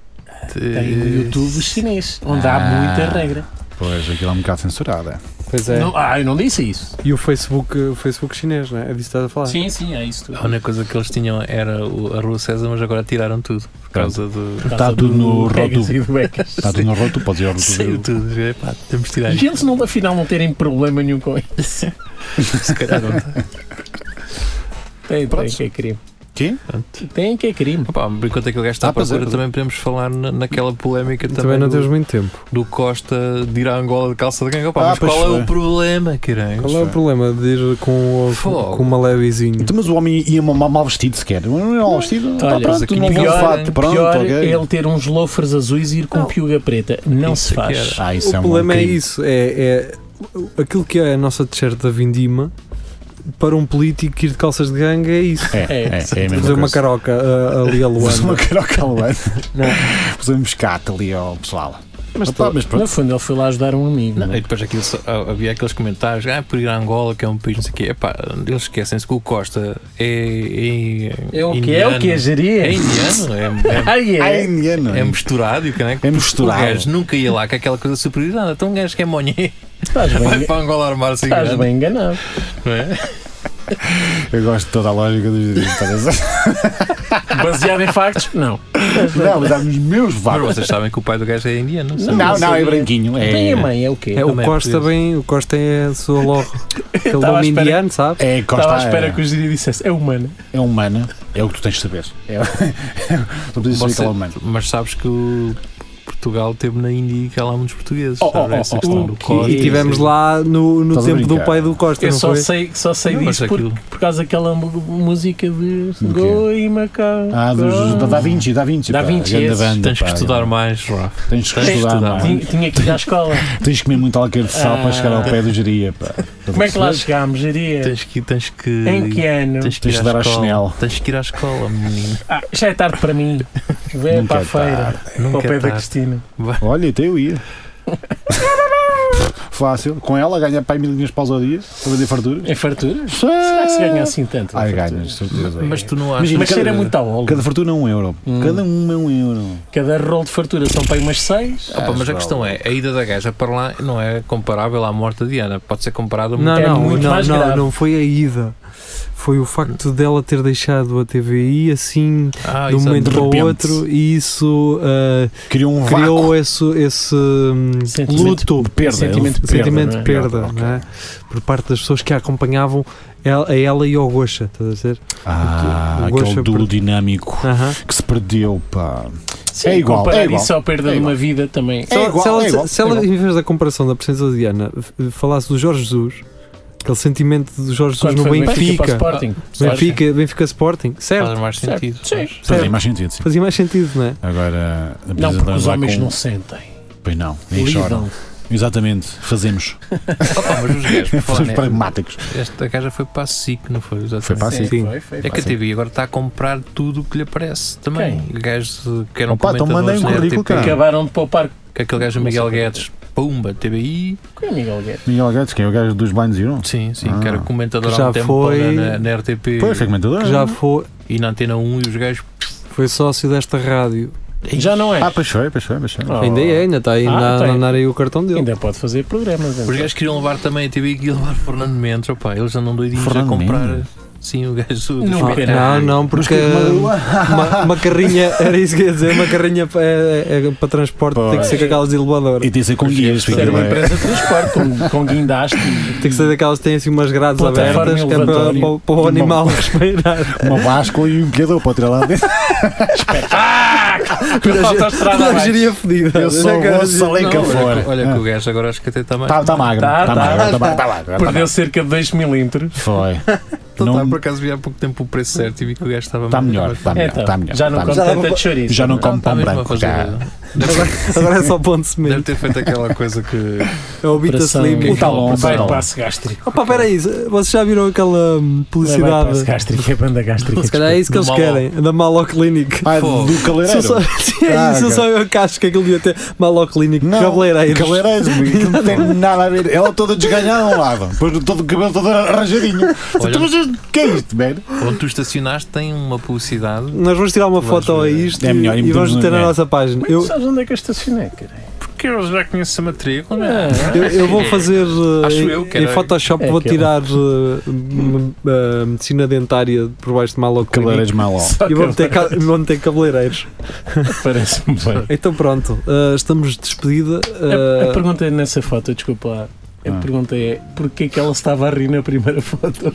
Speaker 4: Tem
Speaker 5: Eh,
Speaker 4: o YouTube chinês, onde há
Speaker 3: Ah.
Speaker 4: muita regra.
Speaker 3: Pois, aquilo é um bocado censurado. é.
Speaker 2: pois é.
Speaker 4: Não, ah, eu não disse isso.
Speaker 2: E o Facebook, o Facebook chinês, não é? É disso que estás a falar.
Speaker 4: Sim, sim, é isso tudo.
Speaker 5: A única coisa que eles tinham era o- a Rua César, mas agora tiraram tudo. Por causa do.
Speaker 4: Por
Speaker 3: Está
Speaker 4: causa
Speaker 3: tá tudo
Speaker 4: do
Speaker 3: no
Speaker 4: Pegasus
Speaker 3: Rotu.
Speaker 4: e do Becas.
Speaker 3: Está tudo no roto, podes ir ao roto.
Speaker 5: Saiu tudo. Epá, temos de tirar
Speaker 4: E
Speaker 5: isto.
Speaker 4: eles não, afinal não terem problema nenhum com isso.
Speaker 5: Se calhar não tem.
Speaker 4: Tem, tem
Speaker 3: Pronto.
Speaker 4: que é crime.
Speaker 3: Quê?
Speaker 4: Tem que é crime.
Speaker 5: Opa, enquanto aquele gajo está
Speaker 3: Ah,
Speaker 5: à procura,
Speaker 3: pois é.
Speaker 5: também podemos falar na- naquela polémica
Speaker 2: Também,
Speaker 5: também,
Speaker 2: não
Speaker 5: do,
Speaker 2: temos muito tempo.
Speaker 5: do Costa de ir à Angola de calça de gangue. Opa,
Speaker 3: Ah,
Speaker 5: mas
Speaker 3: pois
Speaker 5: qual é
Speaker 3: foi.
Speaker 5: o problema, caralho?
Speaker 2: Qual é o
Speaker 3: Sim.
Speaker 2: problema de ir com, o-
Speaker 5: Fogo.
Speaker 2: com uma levezinho?
Speaker 3: Então, mas o homem ia mal, mal vestido sequer. Não era mal vestido. Tá
Speaker 4: Olha, mas
Speaker 3: pronto,
Speaker 5: aqui
Speaker 3: não vou
Speaker 5: pior-
Speaker 3: de fato. Pronto,
Speaker 4: Pior é
Speaker 3: ok.
Speaker 4: ele ter uns loafers azuis e ir com
Speaker 2: Não.
Speaker 4: piuga preta. Não
Speaker 5: Isso
Speaker 4: se
Speaker 5: é que
Speaker 4: faz.
Speaker 5: era.
Speaker 3: Ah,
Speaker 2: O
Speaker 3: isso é um
Speaker 2: problema é
Speaker 3: crime.
Speaker 2: isso, é, é aquilo que é a nossa t-shirt da Vindima para um político ir de calças de gangue é isso.
Speaker 3: É,
Speaker 4: É,
Speaker 3: é, é, a mesma
Speaker 2: Fazer uma
Speaker 3: coisa.
Speaker 2: caroca ah, ali a
Speaker 3: Fazer uma
Speaker 2: Luanda.
Speaker 3: caroca ao lado.
Speaker 2: Não. é,
Speaker 3: Fazer um moscato ali ao pessoal.
Speaker 4: Mas,
Speaker 3: Opa, mas
Speaker 4: No
Speaker 3: pronto. é
Speaker 4: fundo, ele foi lá ajudar um amigo.
Speaker 5: Não, e depois aquilo só- ah, havia aqueles comentários, ah, por ir à Angola, que é um país, não sei o quê. Epá, eles esquecem-se que o Costa é. É,
Speaker 4: É o que é
Speaker 5: indiano.
Speaker 4: o que é
Speaker 5: É
Speaker 4: geria.
Speaker 5: indiano, é,
Speaker 4: Ai,
Speaker 3: Ah, é
Speaker 4: é.
Speaker 3: indiano.
Speaker 5: é, é misturado. e o caralho.
Speaker 3: É
Speaker 5: O
Speaker 3: misturado.
Speaker 5: gajo nunca ia lá com aquela coisa superiorizada. Então um gajo que é monhê
Speaker 4: Estás
Speaker 5: vai
Speaker 4: bem,
Speaker 5: para Angola armar-se em
Speaker 4: estás
Speaker 5: grande,
Speaker 4: bem enganado.
Speaker 5: não é?
Speaker 3: Eu gosto de toda a lógica dos direitos.
Speaker 4: Baseado em factos? Não.
Speaker 3: não, mas há os meus
Speaker 5: Mas
Speaker 3: vários.
Speaker 5: vocês sabem que o pai do gajo é indiano, não
Speaker 3: Não,
Speaker 5: sabem?
Speaker 3: não,
Speaker 4: sabia.
Speaker 3: é branquinho. É,
Speaker 4: Bem, a mãe é o quê?
Speaker 2: É, o
Speaker 5: Também é
Speaker 2: Costa
Speaker 5: preciso.
Speaker 2: bem, o Costa é a sua logo. Aquele
Speaker 4: Estava à
Speaker 2: nome
Speaker 4: espera-
Speaker 2: indiano, sabe?
Speaker 3: é Costa.
Speaker 4: Estava à espera
Speaker 3: é,
Speaker 4: que o geria dissesse. É humano.
Speaker 3: é humana. É o que tu tens de saber. É, tu precisas saber
Speaker 5: Você-
Speaker 3: que ela é humana.
Speaker 5: Mas sabes que o Portugal teve na Índia e que há lá muitos portugueses.
Speaker 4: Oh,
Speaker 5: sabe?
Speaker 4: oh,
Speaker 5: Essa
Speaker 4: oh,
Speaker 5: questão
Speaker 4: oh,
Speaker 5: do
Speaker 4: que-
Speaker 5: Costa.
Speaker 2: E tivemos lá no, no
Speaker 3: Estás a
Speaker 2: tempo do
Speaker 3: brincar.
Speaker 2: pai do Costa,
Speaker 4: Eu
Speaker 2: não
Speaker 4: só
Speaker 2: foi?
Speaker 4: sei, só sei
Speaker 5: Não, mas é
Speaker 4: disso por,
Speaker 5: aquilo-
Speaker 4: por causa daquela mu- música de
Speaker 3: quê?
Speaker 4: Go e Macau.
Speaker 3: Ah, dos, da, da Vinci, da Vinci.
Speaker 4: Da
Speaker 3: pá,
Speaker 4: Vinci,
Speaker 3: grande
Speaker 4: esses.
Speaker 3: banda,
Speaker 5: Tens que
Speaker 3: pá.
Speaker 5: estudar mais, Rafa.
Speaker 3: Tens que
Speaker 5: tens que
Speaker 3: estudar,
Speaker 5: estudar.
Speaker 3: mais.
Speaker 4: Tinha, tinha que ir à escola.
Speaker 3: Tens que comer muito alqueiro de sal
Speaker 4: Ah.
Speaker 3: para chegar ao pé do geria. Pá.
Speaker 4: Como é que lá chegámos, diria?
Speaker 5: Tens que. Tens que
Speaker 4: Em É. que é? ano?
Speaker 5: Tens que
Speaker 3: Tens
Speaker 5: ir à
Speaker 3: de dar ao
Speaker 5: escola.
Speaker 3: chinelo.
Speaker 5: Tens que ir à escola, menino.
Speaker 4: Ah, já é tarde para mim. Vem
Speaker 3: Nunca
Speaker 4: para a
Speaker 3: é
Speaker 4: feira. Para o
Speaker 5: Nunca é
Speaker 4: pé da
Speaker 5: tarde.
Speaker 4: Cristina.
Speaker 3: Olha, até eu ia. Fácil. Com ela ganha pai mil linhas pausadias para vender farturas.
Speaker 4: Em farturas?
Speaker 3: Sim.
Speaker 4: É, Será que se ganha assim tanto?
Speaker 3: Ai,
Speaker 4: em farturas?
Speaker 3: ganhas, de
Speaker 4: é.
Speaker 3: certeza.
Speaker 5: Mas tu não achas. é
Speaker 3: Imagina,
Speaker 4: Mas
Speaker 3: cada-
Speaker 4: cheira muito a óleo.
Speaker 3: Cada fortuna é um euro.
Speaker 4: Hum.
Speaker 3: Cada uma é um euro.
Speaker 4: Cada rolo de fartura são para aí umas 6.
Speaker 5: Opa, Ah, mas a questão é, a ida da gaja para lá não é comparável à morte de Diana. Pode ser comparada muito
Speaker 2: Não,
Speaker 4: É
Speaker 2: não,
Speaker 4: muito
Speaker 2: não,
Speaker 4: mais grave.
Speaker 2: não, não foi a ida. Foi o facto dela ter deixado a TVI assim
Speaker 5: Ah,
Speaker 2: de um
Speaker 5: exato.
Speaker 2: momento
Speaker 3: de
Speaker 2: para o
Speaker 3: repente.
Speaker 2: outro e isso ah,
Speaker 3: Criou um vácuo.
Speaker 2: criou esse, esse hum,
Speaker 4: Sentimento
Speaker 2: luto,
Speaker 3: de perda.
Speaker 4: Sentimento de perda,
Speaker 2: sentimento
Speaker 4: não é?
Speaker 2: de perda
Speaker 3: Ok.
Speaker 2: não é? por parte das pessoas que a acompanhavam el- a ela e ao Gosha, estás a dizer?
Speaker 3: Ah,
Speaker 2: O
Speaker 3: aquele
Speaker 2: gosto é
Speaker 3: duro
Speaker 2: per-
Speaker 3: dinâmico
Speaker 2: Aham.
Speaker 3: que se perdeu, pá.
Speaker 4: Sim,
Speaker 3: É igual,
Speaker 4: Comparar
Speaker 3: é igual.
Speaker 4: isso à perda
Speaker 3: É
Speaker 4: de uma
Speaker 3: igual.
Speaker 4: vida também.
Speaker 3: É
Speaker 2: Se ela-
Speaker 3: igual,
Speaker 2: se ela,
Speaker 3: é igual,
Speaker 2: se
Speaker 3: é
Speaker 2: ela,
Speaker 3: igual.
Speaker 2: em vez da comparação da presença da Diana, f- falasse do Jorge Jesus, aquele sentimento do Jorge Jesus
Speaker 4: Quando
Speaker 2: no
Speaker 4: foi o Benfica
Speaker 2: Benfica,
Speaker 4: para o Sporting.
Speaker 2: Benfica, Benfica Sporting, certo?
Speaker 5: Faz mais
Speaker 4: Certo,
Speaker 5: sentido.
Speaker 4: sim.
Speaker 5: faz.
Speaker 3: Fazia
Speaker 2: Certo.
Speaker 3: mais sentido, sim.
Speaker 2: Fazia mais sentido, não é?
Speaker 3: Agora, a
Speaker 4: Não,
Speaker 3: Brisa
Speaker 4: porque os
Speaker 3: vai
Speaker 4: homens
Speaker 3: com-
Speaker 4: não sentem.
Speaker 3: Pois não, nem choram.
Speaker 4: Lidam.
Speaker 3: Exatamente, fazemos.
Speaker 5: Opa, mas os gajos, por falar
Speaker 3: Fazemos
Speaker 5: ne-
Speaker 3: pragmáticos.
Speaker 5: esta gaja foi para a SIC, não foi? Exatamente.
Speaker 3: Foi para a
Speaker 4: Sim,
Speaker 3: SIC.
Speaker 2: Sim.
Speaker 4: foi, foi,
Speaker 5: É que
Speaker 4: foi.
Speaker 5: a TV agora está a comprar tudo o que lhe aparece também. Gajos de- que eram
Speaker 3: Opa, então mandem
Speaker 5: comentadores
Speaker 3: um
Speaker 5: da
Speaker 3: currículo,
Speaker 5: RTP,
Speaker 3: cara.
Speaker 4: Acabaram de poupar.
Speaker 5: é Que aquele gajo Miguel Guedes, pumba, TBI.
Speaker 4: Quem é Miguel Guedes?
Speaker 3: Miguel Guedes, que é o gajo dos Blind Zero.
Speaker 5: Sim, sim,
Speaker 3: Ah.
Speaker 5: que era comentador
Speaker 2: Que
Speaker 5: há
Speaker 2: já
Speaker 5: um tempo
Speaker 2: foi-
Speaker 5: na- na, na RTP
Speaker 3: Pois, é. Ah, foi comentador.
Speaker 2: Que já foi,
Speaker 5: e na Antena 1 e os gajos.
Speaker 2: foi sócio desta rádio.
Speaker 4: Já não é.
Speaker 3: Ah, pois foi, pois foi, pois foi.
Speaker 4: Oh.
Speaker 2: Ainda é, ainda está aí
Speaker 4: Ah,
Speaker 2: na,
Speaker 4: tem.
Speaker 2: na, na área o cartão dele.
Speaker 4: Ainda pode fazer programas.
Speaker 5: Os
Speaker 4: então.
Speaker 5: gajos queriam levar também a TBI e levar Fernando Mendes, opa, eles andam doidinhos
Speaker 3: Fernando
Speaker 5: a comprar.
Speaker 3: Mendes?
Speaker 5: Sim, o gajo do-
Speaker 4: Não,
Speaker 5: dos-
Speaker 4: cara.
Speaker 2: Ah, não, não,
Speaker 3: Mas tipo,
Speaker 2: porque uma, uma carrinha, era isso que eu ia dizer, uma carrinha pa- é- é- para transporte tem que ser com aquelas de elevador.
Speaker 3: E tem de ser com guias,
Speaker 4: Era uma
Speaker 3: fica
Speaker 4: empresa de transporte com, com guindaste. e-
Speaker 2: Tem que ser daquelas que têm assim umas grades
Speaker 4: Plataforma
Speaker 2: abertas que é para,
Speaker 4: elevatória.
Speaker 2: para o- para o animal respirar.
Speaker 3: uma báscula e um empilhador para tirar lá dentro.
Speaker 4: autoestrada
Speaker 2: Não
Speaker 4: abaixo.
Speaker 2: geria fedida.
Speaker 3: Eu sou um
Speaker 2: Era
Speaker 3: o Salém
Speaker 5: Não, olha,
Speaker 3: Cafora.
Speaker 5: que- olha que o gajo agora acho que até está mais.
Speaker 3: Está Ah. tá magro,
Speaker 4: Tá,
Speaker 3: está
Speaker 4: tá,
Speaker 3: magro,
Speaker 4: tá.
Speaker 3: está magro, tá magro. tá
Speaker 4: Perdeu
Speaker 3: magro.
Speaker 4: cerca de 2 milímetros.
Speaker 3: Foi.
Speaker 5: Então,
Speaker 3: Não-
Speaker 5: tá, por acaso vi há pouco tempo o preço certo e vi que o gajo estava
Speaker 3: Está melhor,
Speaker 5: mas-
Speaker 3: está melhor,
Speaker 4: Então,
Speaker 3: está melhor.
Speaker 4: já não
Speaker 3: tá
Speaker 4: come
Speaker 3: melhor.
Speaker 4: tanta chouriça.
Speaker 3: Já não como
Speaker 5: Está
Speaker 3: pão
Speaker 5: tá mesmo a
Speaker 3: branco.
Speaker 5: fazer-
Speaker 3: cá.
Speaker 2: Agora é só ponto de
Speaker 5: Deve
Speaker 2: semente.
Speaker 5: ter feito aquela coisa que.
Speaker 2: É tá o Bita
Speaker 4: Operação-
Speaker 2: Slim.
Speaker 3: O talão, o
Speaker 4: Vai
Speaker 3: talão.
Speaker 4: passo gástrico.
Speaker 2: Opa, peraí, vocês já viram aquela hum,
Speaker 4: Vai passo
Speaker 2: publicidade?
Speaker 4: gástrico, é banda gástrica.
Speaker 2: Se calhar é isso que
Speaker 5: Do
Speaker 2: eles
Speaker 5: Malo.
Speaker 2: querem, da Malo Clinic.
Speaker 3: Ah,
Speaker 5: Fogo.
Speaker 3: do
Speaker 2: Se eu só,
Speaker 3: caleireiro.
Speaker 2: se é
Speaker 3: Ah,
Speaker 2: isso, eu
Speaker 3: ok.
Speaker 2: só eu que acho que aquilo devia ter Malo Clinic, cabeleireiros.
Speaker 3: Cabeleireiros, aquilo não tem nada a ver. Ela toda desganhada a um lado, depois todo o cabelo todo arranjadinho. Então, mas o que é isto, velho?
Speaker 5: Onde tu estacionaste tem uma publicidade.
Speaker 2: Nós vamos tirar uma
Speaker 5: Vais
Speaker 2: foto a
Speaker 5: ver.
Speaker 2: isto
Speaker 3: É
Speaker 2: e-
Speaker 3: melhor,
Speaker 2: e,
Speaker 3: imitamos
Speaker 2: vamos meter na
Speaker 3: mulher.
Speaker 2: nossa página. Eu,
Speaker 4: sabes onde é que eu estacionei, caralho?
Speaker 5: Porque eu já conheço a é. matrícula,
Speaker 4: Ah,
Speaker 2: eu, eu vou fazer uh,
Speaker 5: Acho
Speaker 2: em,
Speaker 5: eu que
Speaker 2: em
Speaker 5: era-
Speaker 2: Photoshop
Speaker 4: é
Speaker 2: vou
Speaker 4: aquela.
Speaker 2: tirar uh, m- uh, medicina dentária por baixo de Malo Clinic
Speaker 3: Cabeleireiros mal ó.
Speaker 4: só
Speaker 2: e
Speaker 4: que
Speaker 2: vão ter, ca- vão meter cabeleireiros.
Speaker 4: Parece-me bem.
Speaker 2: Então pronto, uh, estamos de despedida.
Speaker 4: A,
Speaker 2: uh,
Speaker 4: a pergunta é nessa foto, desculpa lá. A
Speaker 3: Ah.
Speaker 4: pergunta é porquê que ela estava a rir na primeira foto?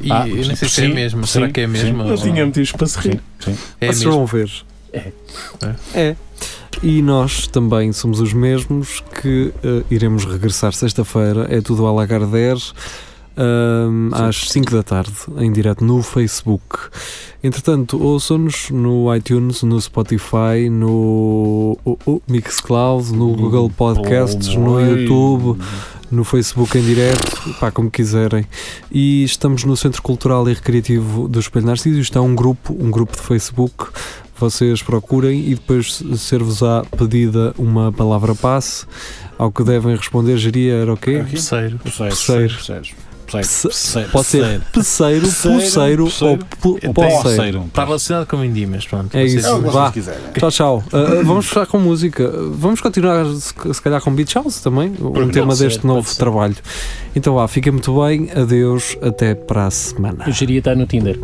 Speaker 5: E
Speaker 3: Ah,
Speaker 5: eu nem sei se é
Speaker 3: sim,
Speaker 5: a mesma.
Speaker 3: sim,
Speaker 5: Será que é a mesma?
Speaker 3: sim.
Speaker 4: Não tinha motivos para se rir.
Speaker 5: É a
Speaker 2: Vocês
Speaker 5: mesma.
Speaker 2: vão ver.
Speaker 4: É.
Speaker 2: É. E nós também somos os mesmos que eh, iremos regressar sexta-feira. É tudo a Lagardère. ahm, às 5 da tarde, em direto no Facebook. Entretanto, ouçam-nos no iTunes, no Spotify, no o- o Mixcloud, no Google Podcasts, no YouTube, no Facebook em direto, pá, como quiserem. E estamos no Centro Cultural e Recreativo do Espelho Narciso. Isto é um grupo, um grupo de Facebook. Vocês procurem e depois ser-vos-á pedida uma palavra-passe. Ao que devem responder, geria era o quê?
Speaker 5: Terceiro.
Speaker 2: Peceiro.
Speaker 4: É
Speaker 2: Pece- Pode ser peceiro,
Speaker 3: Peceiro,
Speaker 2: pulseiro ou
Speaker 3: peceiro.
Speaker 4: Então,
Speaker 2: pu- poceiro.
Speaker 3: Poceiro.
Speaker 5: Está relacionado com o Indy, mas pronto.
Speaker 2: É
Speaker 5: vocês-
Speaker 2: isso.
Speaker 3: É o que
Speaker 2: Vá.
Speaker 3: vocês quiserem.
Speaker 2: Tchau, tchau. Uh, uh, vamos fechar com música. Uh, Vamos continuar, se se calhar, com Beach House também, um
Speaker 4: não?
Speaker 2: tema
Speaker 4: Pode ser,
Speaker 2: deste novo
Speaker 4: pode ser.
Speaker 2: trabalho. Então vá, fiquem muito bem. Adeus, até para a semana.
Speaker 4: Eu geria estar no Tinder.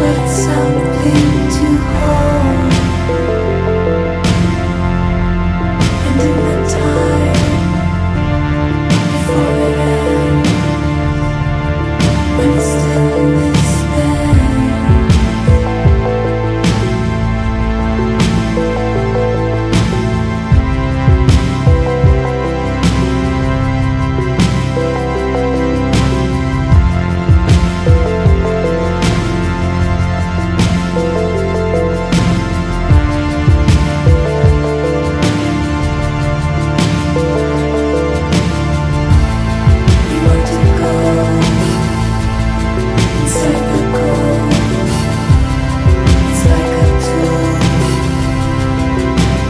Speaker 6: with something to hold. And in the time before it ends, when the stillness ends, you want to go inside the cold. It's like a tool,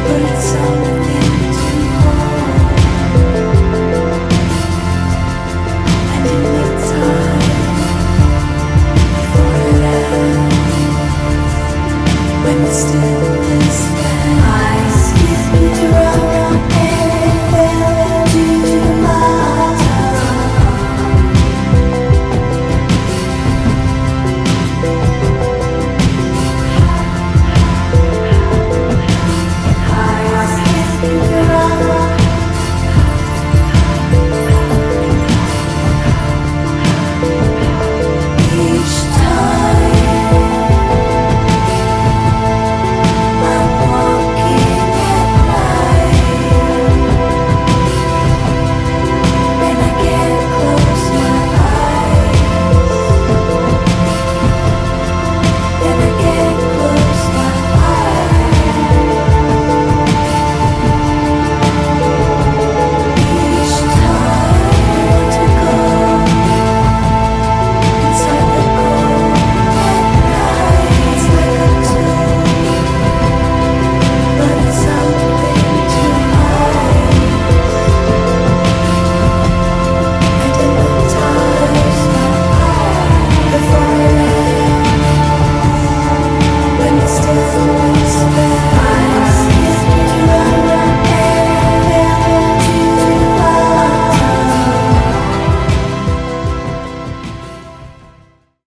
Speaker 6: but it's something to hold. And in the time before it ends, when the still